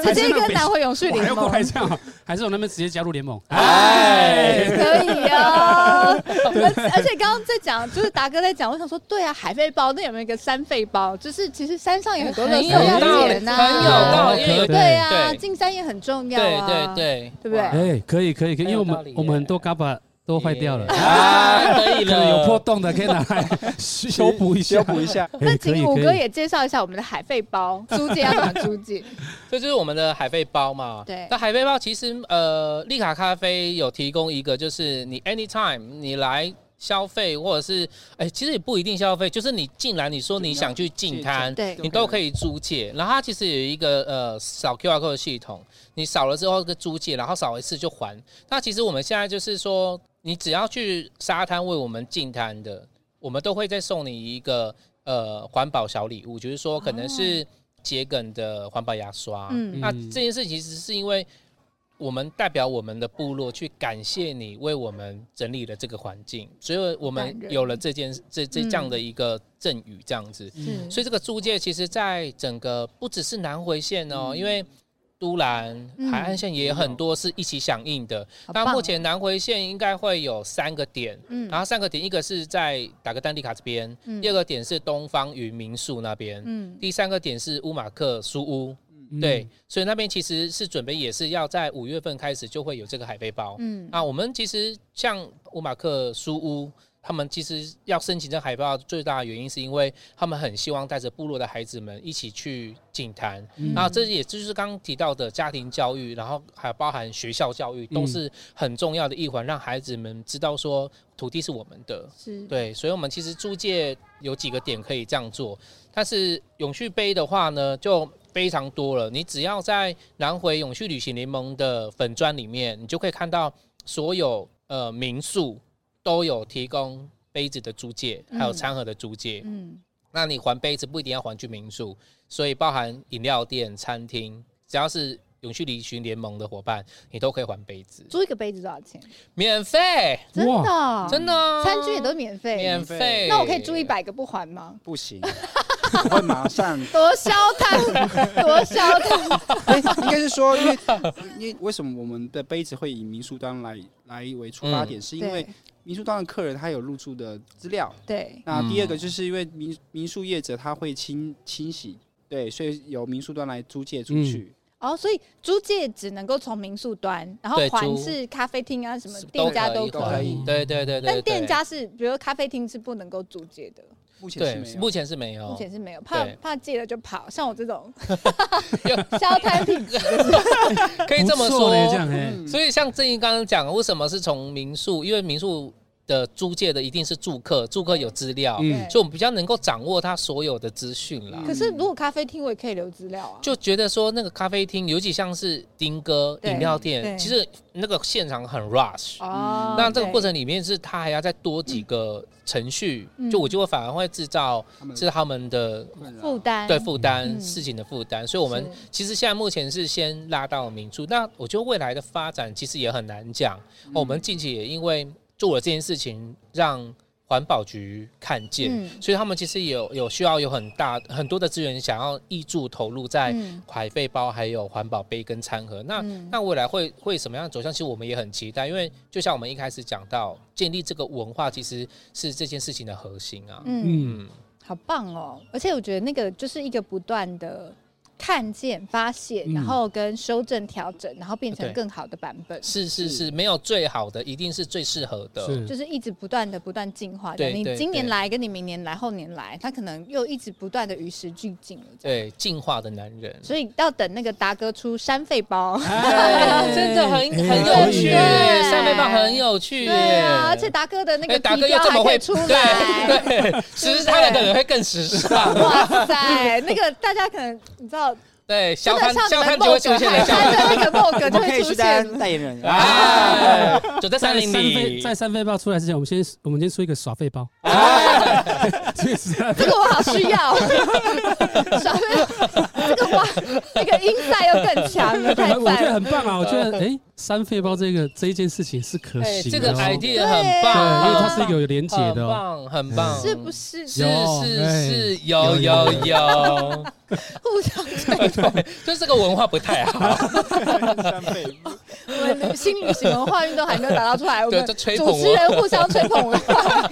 还是那个
跟南回永续
我还
联
要过
盟，
来这样，还是我那边直接加入联盟？
哎，
可以啊。 而而且刚刚在讲，就是达哥在讲，我想说，对啊，海费包那有没有一个山费包？就是其实山上有很多啊垃
哎很
圾
有
要
道理，
捡呐，
很有道理，因为有
对
对啊，
对
进山也很重要
对
啊，
对对，
对不对
哇
哎，可以可以可以，因为我
很有道理
们
耶
我们很多嘎巴都坏掉了，
啊，可以
可能
了，
有破洞的可以拿来修补一下，
修补一下。
哎。
那
可以
请五
可
哥
以
也介绍一下我们的海费包租借要怎么租借？
这就是我们的海费包嘛。
对
那海费包其实呃，利卡咖啡有提供一个，就是你 anytime 你来消费，或者是哎、其实也不一定消费，就是你进来，你说你想去进摊，
对
你都可以租借。然后它其实有一个呃扫 QR code 的系统，你扫了之后个租借，然后扫一次就还。那其实我们现在就是说，你只要去沙滩为我们进摊的，我们都会再送你一个呃环保小礼物，就是说可能是桔梗的环保牙刷。
嗯
那
嗯
这件事其实是因为我们代表我们的部落去感谢你为我们整理了这个环境，所以我们
感人嗯
有了这件这这这样的一个赠予这样子。
是
所以这个租界其实在整个不只是南回县哦，因为都兰
嗯
海岸线也很多是一起响应的。
好
那
棒
目
哦
前南回线应该会有三个点，
嗯
然后三个点一个是在打个丹地卡这边，
嗯
第二个点是东方云民宿那边，
嗯
第三个点是乌马克书屋。
嗯
对，，所以那边其实是准备也是要在五月份开始就会有这个海背包。
嗯
啊，我们其实像乌马克书屋，他们其实要申请这海报，最大的原因是因为他们很希望带着部落的孩子们一起去景坛。
嗯
然后这也就是刚刚提到的家庭教育，然后还包含学校教育，都
嗯
是很重要的一环，让孩子们知道说土地是我们的。
是
对，所以我们其实租借有几个点可以这样做，但是永续杯的话呢，就非常多了。你只要在南回永续旅行联盟的粉砖里面，你就可以看到所有呃民宿都有提供杯子的租借，还
嗯
有餐盒的租借。
嗯
那你还杯子不一定要还去民宿，所以包含饮料店、餐厅，只要是永续旅行联盟的伙伴，你都可以还杯子，
租一个杯子多少钱？
免费，
嗯
真的哦
真的哦、
餐具也都免费
免，费。
那我可以租一百个不还吗？
不行，我会马上。
多消摊，多消摊，
哎应该是说，因为因为为什么我们的杯子会以民宿端来来为出发点，是因为
嗯对
民宿端的客人他有入住的资料。
对，
那第二个
嗯
就是因为民民宿业者他会清清洗，对，所以由民宿端来租借出
嗯
去。
哦，所以租借只能够从民宿端，然后
对
还
租
是咖啡厅啊什么
是
店家
都
都
可
都可
以，
以
对对对对
但
对，
店家是，比如咖啡厅是不能够租借的，
目前
对
是没有。
目前是
目
没有，
前是没有，怕
哦对
怕借了就跑，像我这 种消摊品质，
可以这么
不错
说。
嘞这样哎，
嗯
所以像正义刚刚讲，为什么是从民宿？因为民宿的租借的一定是住客，住客有资料，
嗯
所以我们比较能够掌握他所有的资讯啦。
可是如果咖啡厅我也可以留资料啊，
就觉得说那个咖啡厅，尤其像是丁哥
对
饮料
对
店，其实那个现场很 rush。
哦，
嗯那这个过
对
程里面是他还要再多几个程序，
嗯
就我就会反而会制造
他们
是他们的
困扰
负担
对负担、
嗯
事情的负担，所以我们
是
其实现在目前是先拉到民宿，那我觉得未来的发展其实也很难讲。哦我
嗯
们近期也因为做了这件事情，让环保局看见，
嗯
所以他们其实有有需要有很大很多的资源想要挹注投入在
嗯
海费包还有环保杯跟餐盒。那、
嗯
那未来会会什么样的走向？其实我们也很期待，因为就像我们一开始讲到，建立这个文化其实是这件事情的核心啊。
嗯，
嗯，
嗯，
好棒哦！而且我觉得那个就是一个不断的看见、发现，
嗯
然后跟修正、调整，然后变成
对
更好的版本，
是是是，没有最好的，一定是最适合的。
是
就是一直不断的、不断进化的。
对
你
对
今年
对
来，跟你明年来、后年来，它可能又一直不断的与时俱进了。这样，
对，进化的男人。
所以要等那个达哥出山肺包。
哎真的很
哎
很有趣，
对
三倍棒很有趣耶。
对啊，而且达哥的那
哎
个
达
皮
哥又
标
这
还
么
可
会
以出来。
对，时尚的可能会更时尚。
哇塞，那个大家可能你知道，
对，
真
小
的
摊
像你
小
们
摊就会出现的小摊。
的那个 Vogue
我
就
们可
会
以
出
去
现
当代 言人啊。
哎，走在山
在
林
三
里
飞，在三飞包出来之前，我们先我们先出一个耍废 包， 确实
这个我好需 要，小妹，这个哇，那个音赛又更强了，太
我觉得
赞了。
很
嗯
棒啊！我觉
呃
得，哎，三肺包这个这一件事情是可
哎，
行的
这
哦，
个 idea 很
对，
棒，
嗯因为它是一个有连结
很
的哦，
棒，很棒，
是不？是
是
有哎
是是，有有
有
有，
互相推动？
就是这个文化不太好，
我们新旅行文化运动还没有打造出来，我
对，
们
就吹捧
主持
我。
人互相吹 捧文化，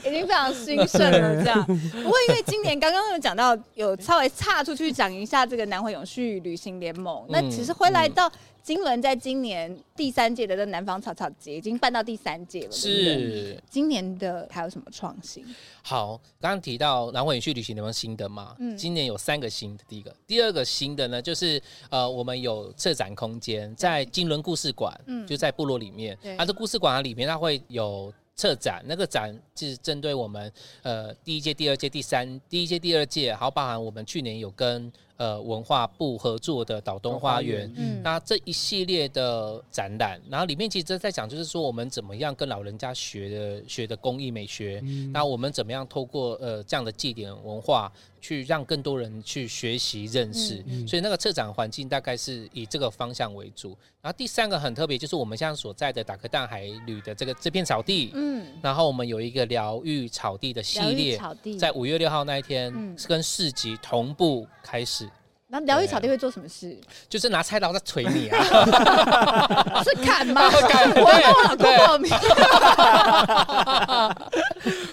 已经非常兴盛了。这样，不过因为今年刚刚有讲到，有稍微岔出去讲一下这个南回永续旅行联盟。
嗯
那其实回来到金轮，在今年第三届的这南方草草节已经办到第三届了，对不对
是
今年的还有什么创新？
好，刚刚提到南回永续旅行联盟新的嘛，
嗯
今年有三个新的，第一个，第二个新的呢，就是呃，我们有策展空间在金轮故事馆，
嗯
就在部落里面
对，
啊，这故事馆里面它会有。策展那个展是针对我们呃第一届、第二届、第三第一届、第二届，还有包含我们去年有跟呃文化部合作的岛东花园，
嗯
那这一系列的展览，然后里面其实在讲就是说我们怎么样跟老人家学的学的工艺美学，
嗯
那我们怎么样透过呃这样的祭典文化去让更多人去学习认识，
嗯嗯
所以那个策展环境大概是以这个方向为主。然后第三个很特别，就是我们现在所在的打克蛋海旅的这个这片草地，
嗯，
然后我们有一个疗愈草地的系
疗愈
列。
草地，
在五月六号那一天，
嗯
跟市集同步开始。
然后疗愈草地会做什么事？
就是拿菜刀在捶你啊，
是砍 吗？我
砍
跟我老公
啊对
报名，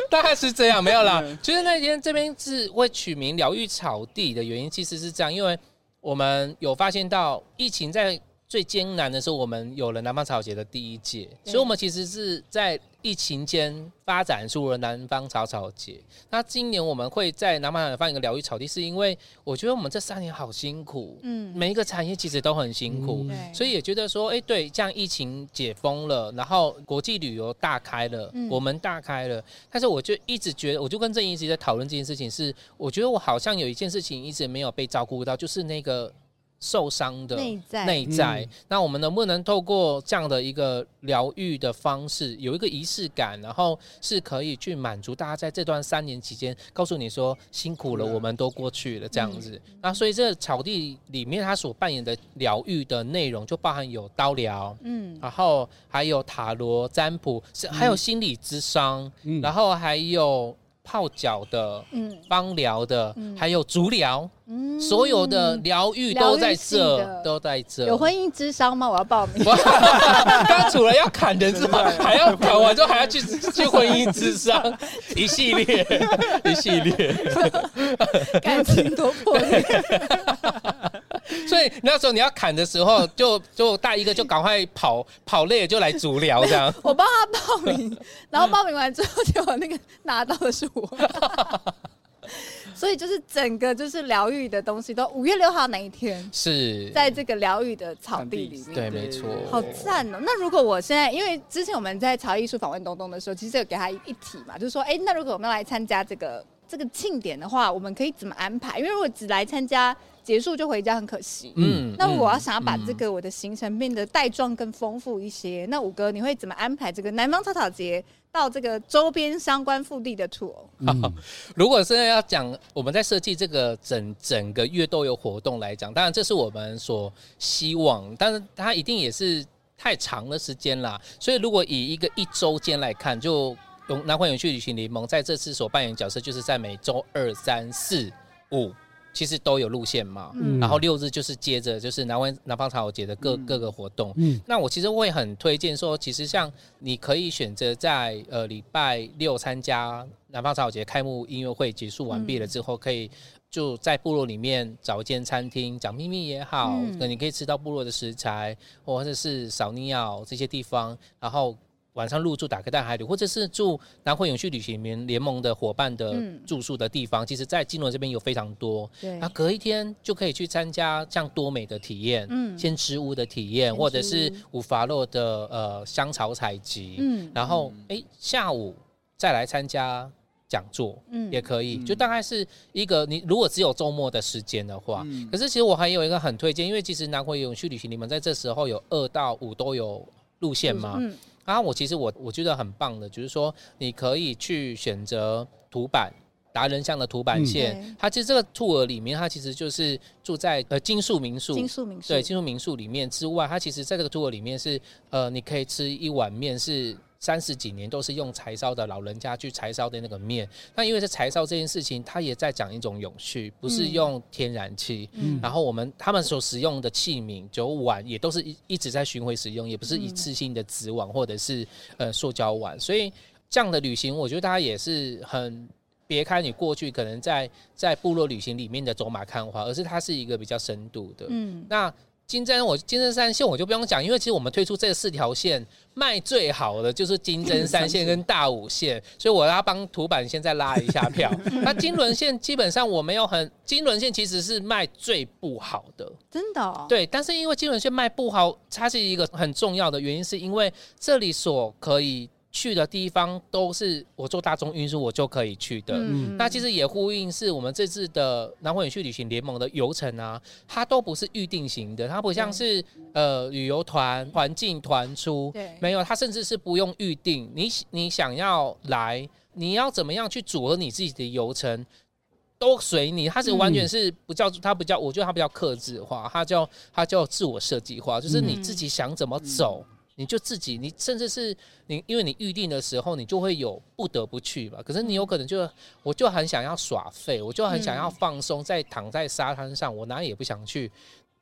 大概是这样，没有 啦。其实那天这边是会取名疗愈草地的原因，其实是这样，因为我们有发现到疫情在最艰难的时候，我们有了南方草节的第一届，
对
所以我们其实是在疫情间发展出了南方草草节。那今年我们会在南方草放一个疗愈草地，是因为我觉得我们这三年好辛苦，
嗯，
每一个产业其实都很辛苦，
嗯
对，
所以也觉得说，哎、对，这样疫情解封了，然后国际旅游大开了，
嗯
我们大开了。但是我就一直觉得，我就跟郑怡一直在讨论这件事情是，我觉得我好像有一件事情一直没有被照顾到，就是那个受伤的
内在
内在
嗯。
那我们能不能透过这样的一个疗愈的方式，有一个仪式感，然后是可以去满足大家在这段三年期间，告诉你说辛苦
嗯
了，我们都过去了这样子。
嗯
那所以这草地里面它所扮演的疗愈的内容，就包含有刀疗。
嗯，
然后还有塔罗占卜，是还有心理智商，
嗯
然后还有泡脚的、
嗯
芳疗的，
嗯
还有足疗，
嗯
啊所有的疗愈都在
疗愈系
这
的，
都在这。
有婚姻智商吗？我要报 名。
哇刚除了要砍人之外， 还要砍完之后还要去去婚姻之商，一系列一系列。
感情多破裂，
所以那时候你要砍的时候，就就大一个就赶快跑，跑累了就来足疗这样。
我帮他报 名，然后报名完之后，结果那个拿到的是我。 所以就是整个就是疗愈的东西都五月六号那一天，
是，
在这个疗愈的草地里面，
对没错
好赞哦！那如果我现在，因为之前我们在潮艺术访问东东的时候，其实有给他一一题嘛，就是说，哎，那如果我们要来参加这个这个庆典的话，我们可以怎么安排？因为如果只来参加，结束就回家很可惜。
嗯
那我要想要把
嗯
这个我的行程变得带状更丰富一些，那五哥你会怎么安排这个南方草草节到这个周边相关腹地的
嗯
tour？
如果是要讲我们在设计这个整整个月都有活动来讲，当然这是我们所希望，但是它一定也是太长的时间啦。所以如果以一个一周间来看，就永南环永续旅行联盟在这次所扮演的角色，就是在每周二、三、四、五。其实都有路线嘛，
嗯
然后六日就是接着就是南湾南方草节的各、各个活动，
嗯
那我其实会很推荐说，其实像你可以选择在呃礼拜六参加南方草节开幕音乐会结束完毕了之后，可以就在部落里面找一间餐厅，讲秘密也好，
嗯
那、你可以吃到部落的食材，或者是扫尼奥这些地方，然后。晚上入住打开大海里，或者是住南汇永续旅行联联盟的伙伴的
嗯
住宿的地方，其实，在金轮这边有非常多。
对
那隔一天就可以去参加像多美的体验，
嗯
先知屋的体验，
先
或者
知
是
屋
五法洛的呃香草采集，
嗯
然后哎、诶下午再来参加讲座。
嗯
也可以，
嗯
就大概是一个你如果只有周末的时间的话，
嗯
可是其实我还有一个很推荐，因为其实南回永续旅行，你们在这时候有二到五都有路线嘛，
嗯
然后我其实我我觉得很棒的，就是说你可以去选择土板达人像的土板线，
嗯对
它其实这个 tour 里面，它其实就是住在呃金宿民宿。
金素明
对，金宿民宿里面之外，它其实在这个 tour 里面是，呃，你可以吃一碗面，是三十几年都是用柴烧的老人家去柴烧的那个面。那因为这柴烧这件事情，它也在讲一种永续，不是
嗯
用天然气，
嗯
然后我们他们所使用的器皿、酒碗也都是一一直在巡回使用，也不是
嗯
一次性的纸碗或者是呃塑胶碗，所以这样的旅行，我觉得大家也是很别开你过去可能在在部落旅行里面的走马看花，而是它是一个比较深度的。
嗯
那金针我金针三线我就不用讲，因为其实我们推出这四条线卖最好的就是金针三线跟大武线， 所以我要帮土板线再拉一下票。那金轮线基本上我没有很，金轮线其实是卖最不好的，
真的哦，
对。但是因为金轮线卖不好，它是一个很重要的原因，是因为这里所可以去的地方都是我坐大众运输我就可以去的，
嗯
那其
实
实也呼应是我们这次的南回永续旅行联盟的游程啊，它都不是预定型的，它不像是呃旅游团、环境团出，
对
没有，它甚至是不用预定，你你想要来，你要怎么样去组合你自己的游程。都随你，它是完全是不叫，它不叫，我觉得它比较克制化，它叫它叫自我设计化，就是你自己想怎么走，你就自己，你甚至是你，因为你预定的时候，你就会有不得不去吧。可是你有可能就，我就很想要耍废，我就很想要放松，在躺在沙滩上，我哪里也不想去，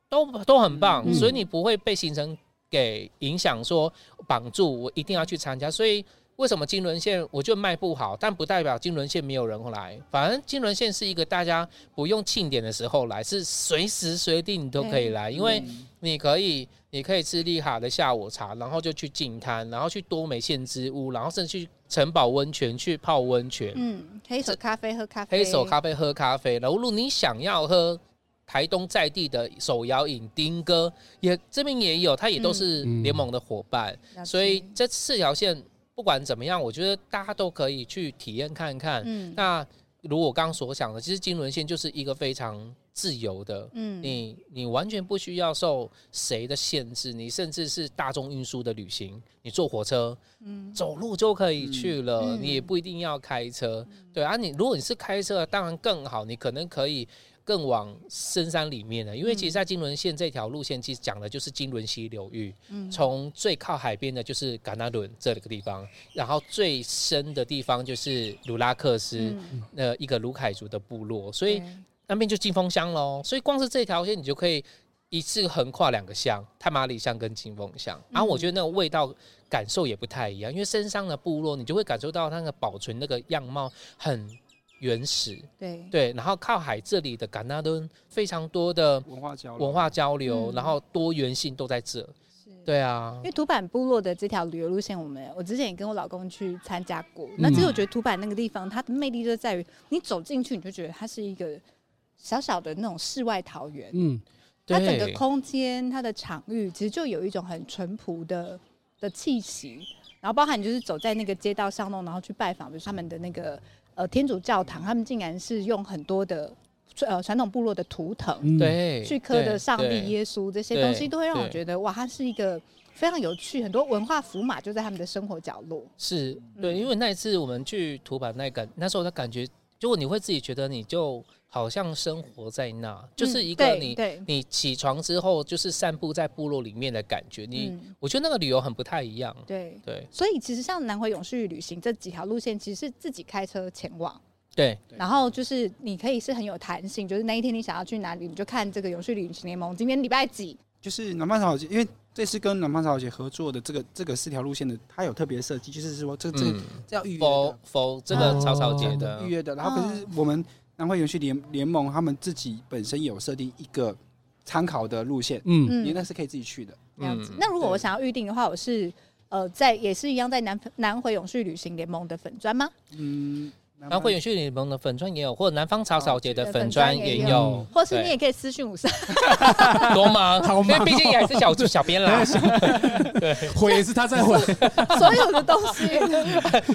都都很棒。
嗯
所以你不会被行程给影响，说绑住我一定要去参加。所以为什么金轮线我觉得卖不好，但不代表金轮线没有人来。反正金轮线是一个大家不用庆典的时候来，是随时随地你都可以来，因为你可以你可以吃丽哈的下午茶，然后就去进滩，然后去多美县之屋，然后甚至去城堡温泉去泡温泉，
嗯，黑手咖啡喝咖啡，
黑手咖啡喝咖啡。然后如果你想要喝。台东在地的手摇饮丁哥也这边也有，他也都是
嗯
联盟的伙伴，
了解，
所以这四条线不管怎么样，我觉得大家都可以去体验看看。
嗯
那如我刚所讲的，其实金轮线就是一个非常自由的，
嗯，
你你完全不需要受谁的限制，你甚至是大众运输的旅行，你坐火车、
嗯
走路就可以去了，
嗯
你也不一定要开车。对啊你，如果你是开车，当然更好，你可能可以。更往深山里面了，啊因为
嗯
其实，在金轮线这条路线，其实讲的就是金轮溪流域。
嗯
从最靠海边的就是嘎纳伦这个地方，然后最深的地方就是卢拉克斯，
嗯
呃，一个卢凯族的部落，所以
对
那边就金峰乡喽。所以光是这条线，你就可以一次横跨两个乡，泰马里乡跟金峰乡。
嗯
然后啊我觉得那个味道感受也不太一样，因为深山的部落，你就会感受到那个保存那个样貌很原始，
对
对。然后靠海这里的嘎纳伦非常多的
文化交流，
文化交流，
嗯
然后多元性都在这。
是
对啊
因，为土坂部落的这条旅游路线，我们我之前也跟我老公去参加过。
嗯
那其实我觉得土坂那个地方，它的魅力就在于你走进去，你就觉得它是一个小小的那种世外桃源。
嗯，
它整个
对
空间、它的场域，其实就有一种很淳朴的的气息。然后包含你就是走在那个街道巷弄，然后去拜访，比如说他们的那个呃天主教堂，他们竟然是用很多的呃传统部落的图腾，
嗯，
对，
去科的
对
上帝、
对
耶稣这些
对
东西，都会让我
对
觉得哇，它是一个非常有趣，很多文化符码就在他们的生活角落。
是
嗯
对，因为那一次我们去土板那感，那时候的感觉，如果你会自己觉得你就好像生活在那，就是
嗯
一个
对
你、
对，
你起床之后就是散步在部落里面的感觉。你、
嗯
我觉得那个旅游很不太一样，
对，
对
所以其实像南回永续旅行这几条路线，其实是自己开车前往，
对
对
然后就是你可以是很有弹性，就是那一天你想要去哪里，你就看这个永续旅行联盟今天礼拜几，
就是南方小姐，因为这次跟南方小姐合作的这个这个四条路线的，它有特别设计，就是说这这个
嗯，
这要预约
否
的，
否这个草草姐
哦
的
预，约的。然后可是我们南汇园区联联盟他们自己本身有设定一个参考的路线，
嗯，
嗯，
你那是可以自己去的。
这样子
嗯。
那如果我
对
想要预定的话，我是呃在也是一样在南南回永续旅行联盟的粉砖吗？
嗯，
然后会员去联盟的粉砖也有，或者南方草草姐的
哦对
粉
粉
砖
砖也
也
有
有，
或是
对
你也可以私信五三，
多 忙，
好
因为
忙
毕竟也还是小 小编啦。
回也是他 在回，
所有的东西。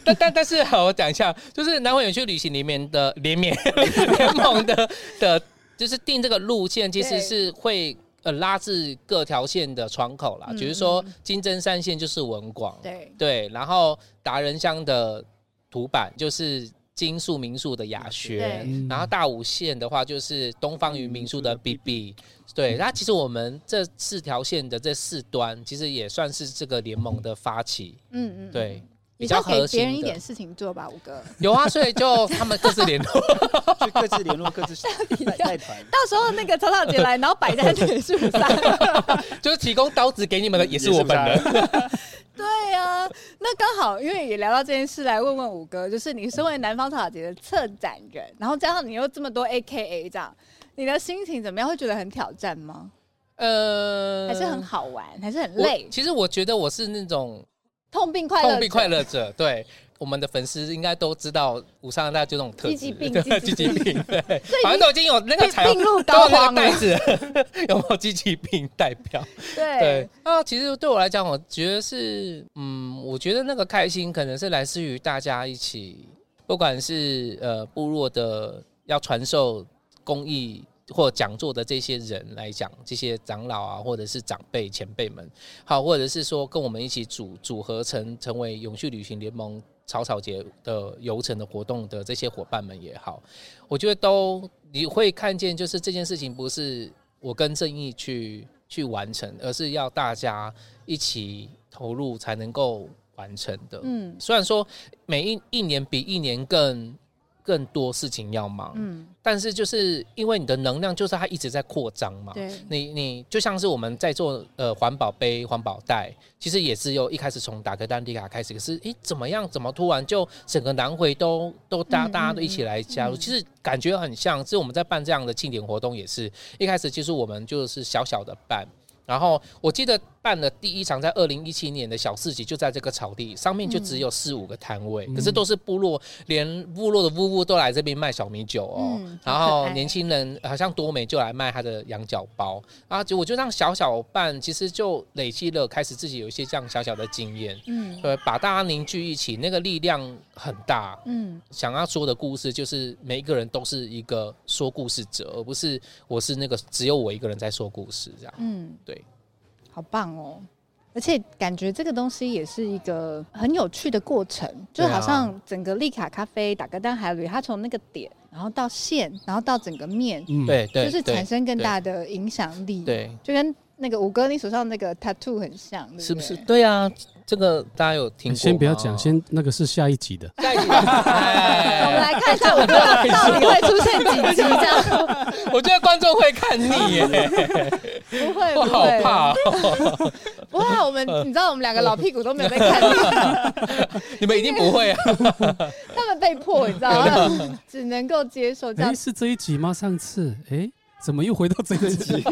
但但但是好，我讲一下，就是南回园区旅行里面的联绵联 盟的的，就是定这个路线，其实
对
是会。呃，拉至各条线的窗口啦，
嗯
比如说
嗯
金针山线就是文广，
对，
对，然后达人乡的土板就是金宿民宿的雅学
对，嗯
嗯
然后大武线的话就是东方云民宿的 BB，对，那其实我们这四条线的这四端，其实也算是这个联盟的发起，
嗯嗯，
对，
也
比
是
较
要给
核
别人
心
一
的
点。事情做吧，五哥。
有啊，所以就他们各自联络。
就各自联络各自 带带团。
到时候那个草草姐来，然后摆在那里是不是？
就是提供刀子给你们的也是我本
也
人。
对啊，那刚好因为也聊到这件事，来问问五哥，就是你身为南方草草节的策展人，然后加上你又这么多 A K A 这样，你的心情怎么样？会觉得很挑战吗？
呃
还是很好玩，还是很
我
累？
其实我觉得我是那种
痛并快乐，
痛并快，乐者。对，我们的粉丝应该都知道武尚大就这种特质，
积极病
对
积
积
极病
极病，对，
所以
好像
你
都已经有那个
并
彩
并入
都
膏
有那
肓
个
了
袋。子， 有没有积极病代表？对
对，
啊，其实对我来讲，我觉得是，嗯，我觉得那个开心可能是来自于大家一起，不管是呃部落的要传授工艺或讲座的这些人来讲，这些长老啊，或者是长辈前辈们，好，或者是说跟我们一起组组合成成为永续旅行联盟草草节的游程的活动的这些伙伴们也好，我觉得都你会看见，就是这件事情不是我跟正义去去完成，而是要大家一起投入才能够完成的。
嗯
虽然说每一一年比一年更更多事情要忙，
嗯，
但是就是因为你的能量就是它一直在扩张嘛。
对，
你你就像是我们在做呃环保杯、环保袋，其实也是由一开始从打个蛋迪卡开始，可是诶、怎么样？怎么突然就整个南回都都大
嗯
大家都一起来加入？
嗯
其实感觉很像，是我们在办这样的庆典活动，也是一开始其实我们就是小小的办。然后我记得办了第一场，在二零一七年的小市集，就在这个草地上面，就
嗯
只有四五个摊位，
嗯
可是都是部落，连部落的呜呜都来这边卖小米酒哦。
嗯
然
好可
后
爱
年轻人好像多美就来卖他的羊角 包啊，结果就让小小办，其实就累积了，开始自己有一些这样小小的经验，
嗯
呃，把大家凝聚一起，那个力量很大。
嗯
想要说的故事就是每一个人都是一个说故事者，而不是我是那个只有我一个人在说故事这样。
嗯，
对，
好棒哦。而且感觉这个东西也是一个很有趣的过程，就
对啊
好像整个利卡咖啡、打个蛋海旅，它从那个点，然后到线，然后到整个面，
嗯，
对对，
就是产
对
生更大的影响力。，
对，
就跟那个五哥你手上那个 tattoo 很像，对
是
不
不是？
对
对啊，这个大家有听
哎
过？
先不要讲，。先那个是下一集的。
下 一集哎
我们来看一下五哥到底会出现几集，这样
我觉得观众会看 腻耶，
不会
我
不
好
会，
怕、哦。
不会啊。我们你知道我们两个老屁股都没有在 看，
你们一定不会啊！
他们被迫，你知道 吗？只能够接受这样
哎，。是这一集吗？上次哎，怎么又回到这一 集？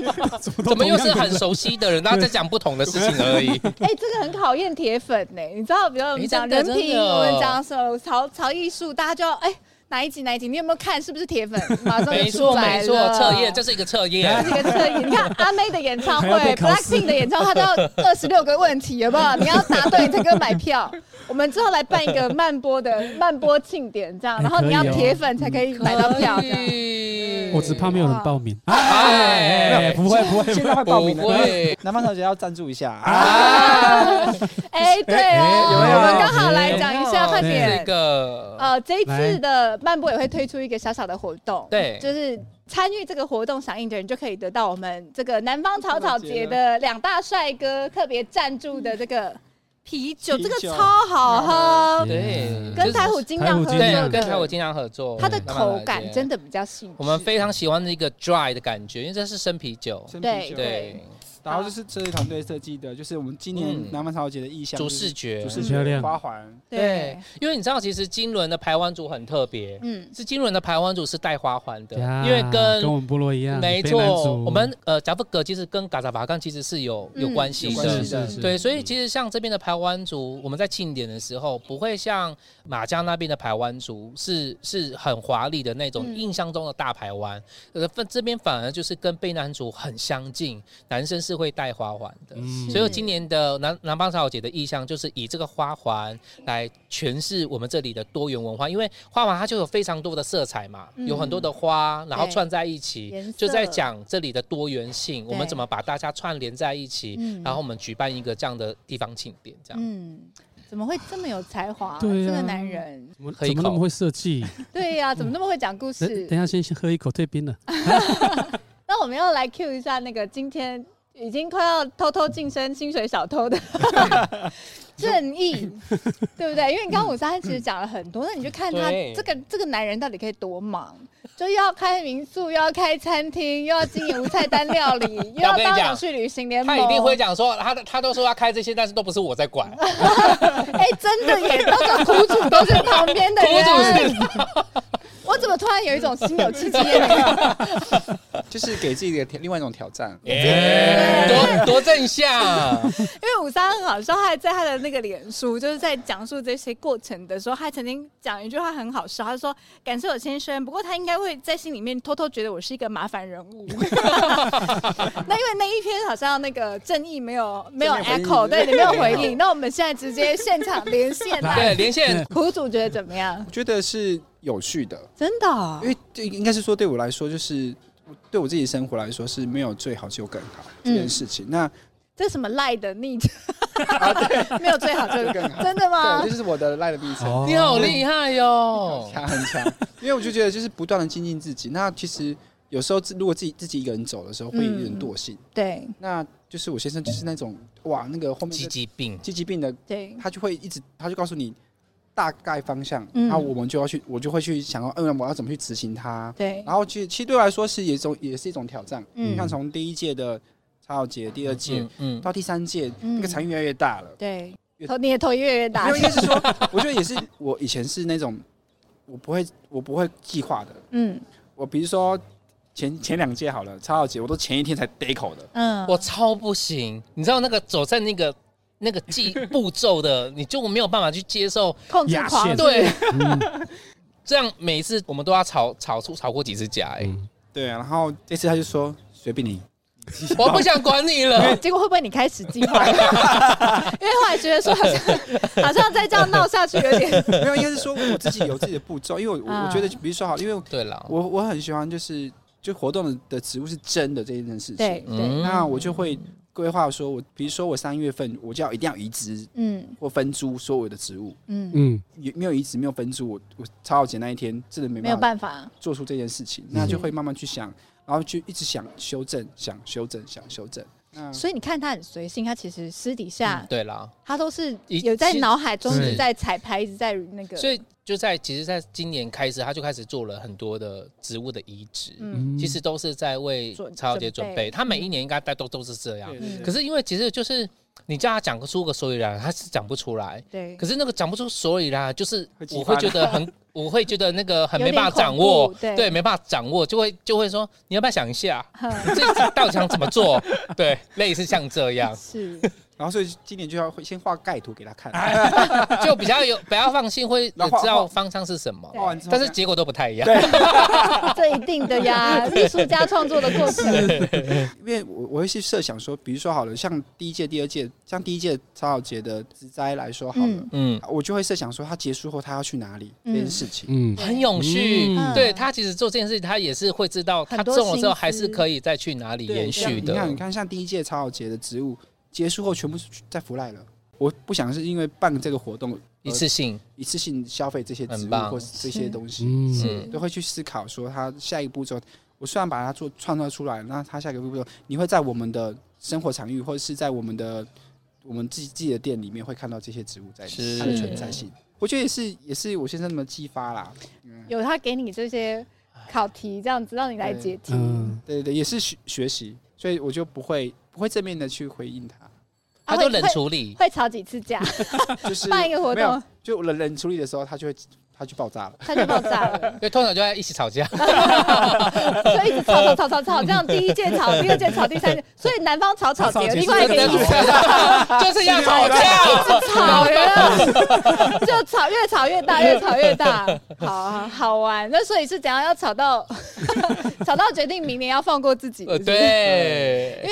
怎么都
怎么又
同
是
样的
很 熟悉的人，大家在讲不同的事情而已。
哎，这个很考验铁粉呢。你知道，比如我们讲
哎真
人
的
品，
真的
我们讲什么潮潮艺术，大家就要哎哪一集哪一集，你有没有看？是不是铁粉？马上
没
就出
错，
来
没
了。
错，测验，这是一个测验
这。个测验，你看阿妹的演唱会
还要被考试
，Blackpink 的演唱会，它都要二十六个问题，好不好？你要答对，你才可以买票。我们之后来办一 个慢播的慢播庆典，这样，
哎
然后你要
可以哦嗯
铁粉才可以买到票。这样
以
我只怕没有人报名。哎
哎
哎，不会不会，
现在会报名
不
了，
会
南方小姐要赞助一下啊！
哎，对哦，
哎
我们刚好来讲一下，
哎
快
这
点。
个
呃，这一次的漫播也会推出一个小小的活动，
对
就是参与这个活动响应的人就可以得到我们这个南方草草节的两大帅哥特别赞助的这个啤酒，
啤
这
酒
个超好喝，
对
跟台虎精酿合作
台虎精
对
酿
的，
跟台我经常合作，
它的口感真
的，
的比较细致。
我们非常喜欢那个 dry 的感觉，因为这是生啤酒。
生啤
对
酒
对，
然后就是这是团队设计的，就是我们今年
嗯
南方小姐的意向
主
就是
视觉
主，视
很漂
觉
亮
花环，
对，
因为你知道，其实金轮的排湾族很特别，
嗯，
是金轮的排湾族是带花环的，
呀
因为跟
啊跟我们部落一样，
没
卑南
错，
族
我们呃贾布格其实跟嘎扎巴干其实是有有
嗯
关系
有关
的
系。的
对，所以其实像这边的排湾族，我们在庆典的时候，不会像马家那边的排湾族是是很华丽的那种
嗯
印象中的大排湾，呃，反这边反而就是跟卑南族很相近，男生是会戴花环的。
嗯
所以我今年的南南方少姐的意向就是以这个花环来诠释我们这里的多元文化，因为花环它就有非常多的色彩嘛，
嗯
有很多的花，然后
对
串在一
颜
起，
色
就在讲这里的多元性，我们
对
怎么把大家串联在一起，
嗯
然后我们举办一个这样的地方庆典，这样。
嗯，怎么会这么有才华？
对
这
啊
个男人，
怎么
喝一
怎么那么
口
会设计？
对呀，怎么那么会讲故
等
事
等？一下先先喝一口退冰了。
那我们要来 Q 一下那个今天已经快要偷偷晋升薪水小 偷的正义，对不对？因为刚刚五三其实讲了很多，那你就看他
对
这个这个男人到底可以多忙，就又要开民宿，又要开餐厅，又要经营无菜单料 理，又要
我跟你
当
讲
有趣旅行联盟，
他一定会讲说，他他都说他开这些，但是都不是我 在管，
哎、真的耶，那个苦主都是旁边的
苦
人，
主是
我怎么突然有一种心有戚戚焉的感觉？
就是给自己的挑另外一种挑战。
耶多多 正向，
因为五三很好笑，他还在他的那个脸书，就是在讲述这些过程的时候，他曾经讲一句话很好笑，他说：“感谢我先生，不过他应该会在心里面偷偷觉得我是一个麻烦人 物。”那因为那一篇好像那个正义没有没有
正面回应
echo，对，你没有回
没
应。那我们现在直接现场连线 来，
对连线
苦主觉得怎么样
我？觉得是有趣的，
真的哦、
因为对应该是说对我来说，就是对我自己生活来说是没有最好只有更好
嗯
这件事情。那
这什么赖的逆者？ 没有最好这个，真的吗
啊 对，这？是我的赖的必
哦
胜。
哦
你好厉害哟、
强很强，因为我就觉得就是不断的精进自己。那其实有时候自如果自己自己一个人走的时候，会有点
嗯
惰性。
对
那就是我先生就是那种哇，那个后面
积
的
极病，
积极病的，
对，
他就会一直他就告诉你大概方向，
嗯
然后我们就要去，我就会去想要，嗯，我要怎么去执行它。
对，
然后其实其实对我来说是一种也是一种挑战。
嗯
啊你看从第一届的茶友节、第二届
嗯嗯，
到第三届，
嗯
那个产业越来越大了。
对，头你的头越来越
没
大
有，，应该是说，我觉得也是，我以前是那种我不会我不会计划的。
嗯
我比如说前前两届好了，茶友节我都前一天才 d e c o 的。
嗯，
我超不行，你知道那个走在那个那个记步骤的，你就没有办法去 接受，
控制
压
狂
线
是不
对
是，
嗯
这样每一次我们都要吵吵出吵过几次架，哎，
嗯
对啊，然后这次他就说随便你，
我不想管你了，
结果会不会你开始计划？因为后来觉得说好像好像再这样闹下去有点，
没有，应该是说我自己有自己的步骤，因为我我
啊
我觉得，比如说好，因为
对了，
我我很喜欢就是就活动的的植物是真的这件事
对
嗯
情，
对，
那我就会规划说，我比如说我三月份我就要一定要移植
嗯
或分株所有的植物，
嗯，
嗯，
也没有移植没有分株，我我超好节那一天真的没
没有
办法
办法，
做出这件事情，那就会慢慢去想，然后就一直想修正，想修正，想修正。那
所以你看他很随性，他其实私底下
对了，
他都是
嗯一
有在
其实
脑海中
对
一直在彩排，一直在那个，
所以就在其实，在今年开始，他就开始做了很多的植物的移植，
嗯
其实都是在为
准
超姐
准
准
备
备。他每一年应该大都都是这样
对，
嗯
可是因为其实就是你叫他讲出个所以然，他是讲不出来。
对，
可是那个讲不出所以然，就是
会激
我
发
会觉得 很，我会觉得那个很
有
没
点
办法掌
恐
握
怖，对
没办法掌握，就会就会说你要不要想一下，
哼
这这到底想怎么 做？对，类似像这样，
是
然后所以今年就要会先画概图给他看，
就比较有比较放心，会呃
然后
知道方向是什么，
对
画完之后
但是
再
结果都不太一样。
这一定的呀，艺术家创作的过程，
因为我我会去设想说，比如说好了，像第一届、第二届，像第一届草草节的植栽来说好了，
嗯
嗯，
我就会设想说他结束后他要去哪里、
嗯
这件事情。
嗯，
很永续。
嗯
对他其实做这件事，他也是会知道，
很
他
多
种了之后
心思
还是可以再去哪里
对
延
像
续
你看，你
的。
看，像第一届草草节的植物结束后全部是在腐烂了。我不想是因为办这个活动
一次性，
一次性消费这些植
很
物
棒
或是这些
是
东西，
嗯
是
都会去思考说他下一个步骤。我虽然把它做创造出来，那它下一个步骤，你会在我们的生活场域，或者是在我们的我们自己自己的店里面，会看到这些植物在
是
它的存在性。我觉得也是，也是我先生们激发啦。
有他给你这些考题，这样子让你来解题，
嗯，
对对对，也是学学习，所以我就不会不会正面的去回应他，
啊
他都
会
冷
会
处理。
会吵几次架，
就是
办一个活
没有
动，
就冷冷处理的时候，他就会他就爆炸了。
他就爆炸了。
对，通常就在一起吵架。
所以一直吵吵吵吵吵，这样第一届吵，第二届吵，第三届，所以南方吵吵
吵
结，
结
另外一 个
对
一
对
直
就是要吵 架。
吵了，就吵越吵越大，越吵越大，好啊好玩。那所以是怎样要吵到 吵到决定明年要放过自己？
呃，
是不是，
对，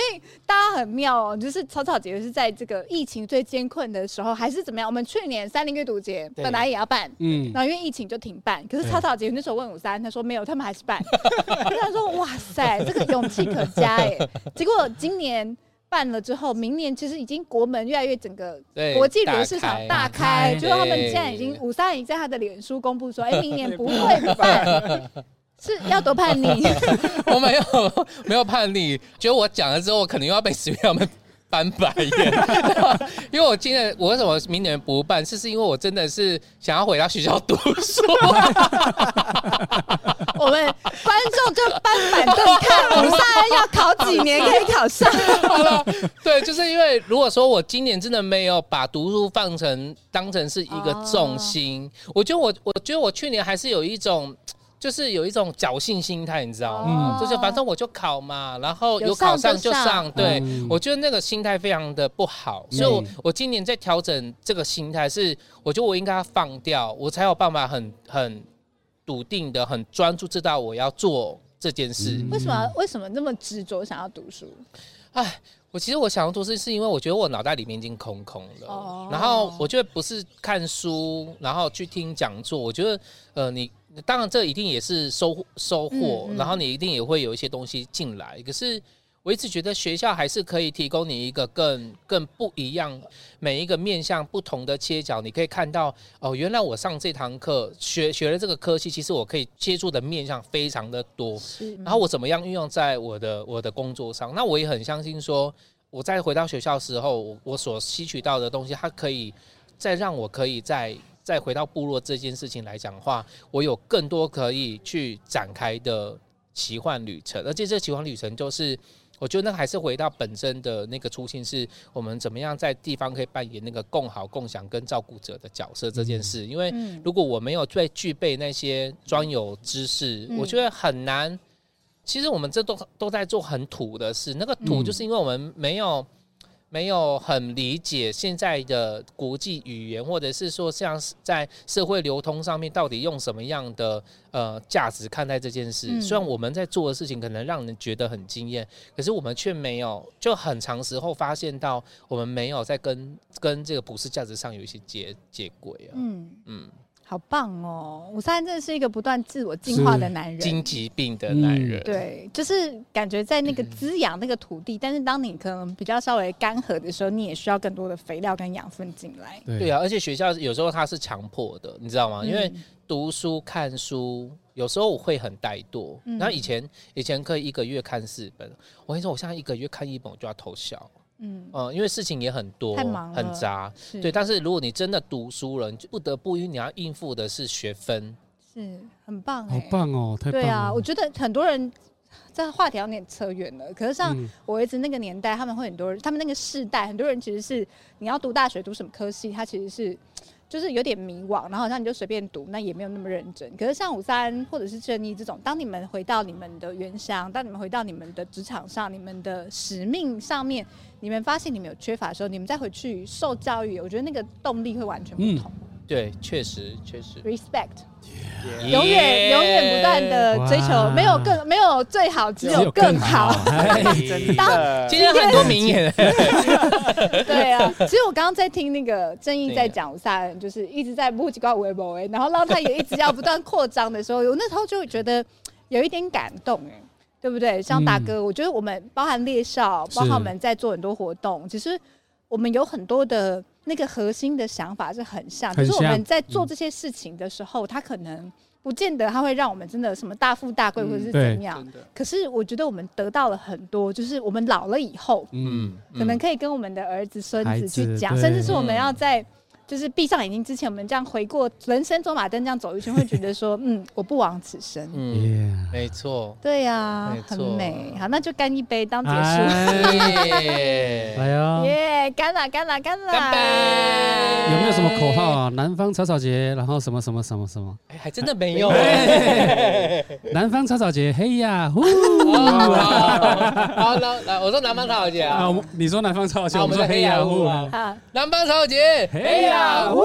大家很妙哦，就是草草节是在这个疫情最艰困的时候，还是怎么样？我们去年三零阅读节
对
本来也要办，
嗯，
然后因为疫情就停办，可是
对
草草节那时候问五三，他说没有，他们还是 办。我就想说，哇塞，这个勇气可嘉哎。 结果今年办了之后，明年其实已经国门越来越整个
对
国际旅游市场大
大
开，
开
就是他们现在已经五三已经在他的脸书公布说，哎，明年不 会办，是要多叛 逆。
我没有没有叛逆，觉得我讲了之后，我可能又要被史玉他们翻白眼， 因为我今年我为什么明年不办，是是因为我真的是想要回到学校读书，
我们观众就搬板凳看，五三要考几年可以考上？
对，就是因为如果说我今年真的没有把读书放成当成是一
哦
个重心，我觉得我我觉得我去年还是有一种。就是有一种侥幸心态，你知道吗？
嗯
就是反正我就考嘛，然后
有
有考
上
上
就
就
上
上，对，
嗯
我觉得那个心态非常的不好，所以我我今年在调整这个心态是，我觉得我应该要放掉，我才有办法很很笃定的、很专注，知道我要做这件事。
嗯
为什么为什么那么执着想要读书？
唉，我其实我想要做事，是因为我觉得我脑袋里面已经空空了。
哦
然后我觉得不是看书，然后去听讲座，我觉得呃，你当然这一定也是收获收获，
嗯嗯
然后你一定也会有一些东西进来。可是我一直觉得学校还是可以提供你一个更更不一样，每一个面向不同的切角，你可以看到哦，原来我上这堂课学学了这个科系，其实我可以接触的面向非常的多。
是
然后我怎么样运用在我的我的工作上？那我也很相信说，我在回到学校的时候，我我所吸取到的东西，它可以再让我可以再再回到部落这件事情来讲的话，我有更多可以去展开的奇幻旅程。而且这奇幻旅程就是。我觉得那还是回到本身的那个初心，是我们怎么样在地方可以扮演那个共好、共享跟照顾者的角色这件事。因为
嗯，
如果我没有最具备那些专有知识，
嗯
我觉得很难。其实我们这都都在做很土的事，那个土
嗯
就是因为我们没有、没有很理解现在的国际语言，或者是说像是在社会流通上面到底用什么样的呃价值看待这件事。
嗯
虽然我们在做的事情可能让人觉得很惊艳，可是我们却没有，就很长时候发现到我们没有在跟跟这个普世价值上有一些接接轨啊。
嗯。
嗯，
好棒哦！武三真的是一个不断自我进化的
是
男人，嗯
金疾病的男人，
对，就是感觉在
嗯
那个滋养那个土地，但是当你可能比较稍微干涸的时候，你也需要更多的肥料跟养分进来。
对
对啊，而且学校有时候它是强迫的，你知道
哦
嗯
吗？因为读书看书，有时候我会很怠惰。
嗯
然后以前以前可以一个月看四本，我跟你说，我现在一个月看一本我就要偷笑，
嗯，
哦
嗯
嗯，因为事情也很多，
太忙了
很杂。
是
对，但是如果你真的读书了，你就不得不因为你要应付的是学分，
是很棒、欸，
好棒哦，太棒了。
对啊，我觉得很多人这话题有点扯远了。可是像
嗯
我儿子那个年代，他们会很多人，他们那个世代，很多人其实是你要读大学读什么科系，他其实是就是有点迷惘，然后好像你就随便读，那也没有那么认真。可是像五三或者是正义这种，当你们回到你们的原乡，当你们回到你们的职场上、你们的使命上面，你们发现你们有缺乏的时候，你们再回去受教育，我觉得那个动力会完全不
嗯
同。
对，确实确实，
Respect。永
永
远永远不断。的追求，
哇。
没有更没有最好， 只有更好。
哎
真
当
的
今天很多名言，
对啊，其实我刚刚在听那个正义
对
在讲萨人，就是一直在不奇怪微博哎，然后让他也一直要不断扩张的时候，我那时候就觉得有一点感动哎。对不对？像大哥，我觉得我们包含猎校，包含
是
我们在做很多活动，其实我们有很多的那个核心的想法是很像，
很
就是我们
像
在做这些事情的时候，他可能不见得他会让我们真的什么大富大贵
嗯
或者是
对
怎样，
真的
可是我觉得我们得到了很多，就是我们老了以后，
嗯，
可能可以跟我们的儿子、孙
孩
子去
子
讲，
对
甚至是我们要在就是闭上眼睛之前，我们这样回过人生走马灯这样走一圈，会觉得说，嗯，我不枉此生。
嗯，
耶，
没错。
对呀、
没
很
错
美。好，那就干一杯当结束。
哎
耶
来啊！
耶，干啦干啦干啦！
干杯
有没有什么口号啊？南方草草节，然后什么什么什么什 么？
哎，还真的没有。
南方草草节，嘿呀呼！
好，来来，我说南方草姐
啊，
啊
我，们你说南方草草节，
啊
我们说嘿呀呼啊！
好，
南方草姐，
嘿呀呼！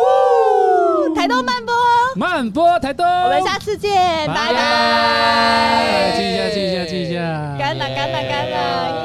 台东慢播，
慢播台东，
我
我
们下次见，拜拜。
记一下，记一下，记一下。
干啦干啦干啦！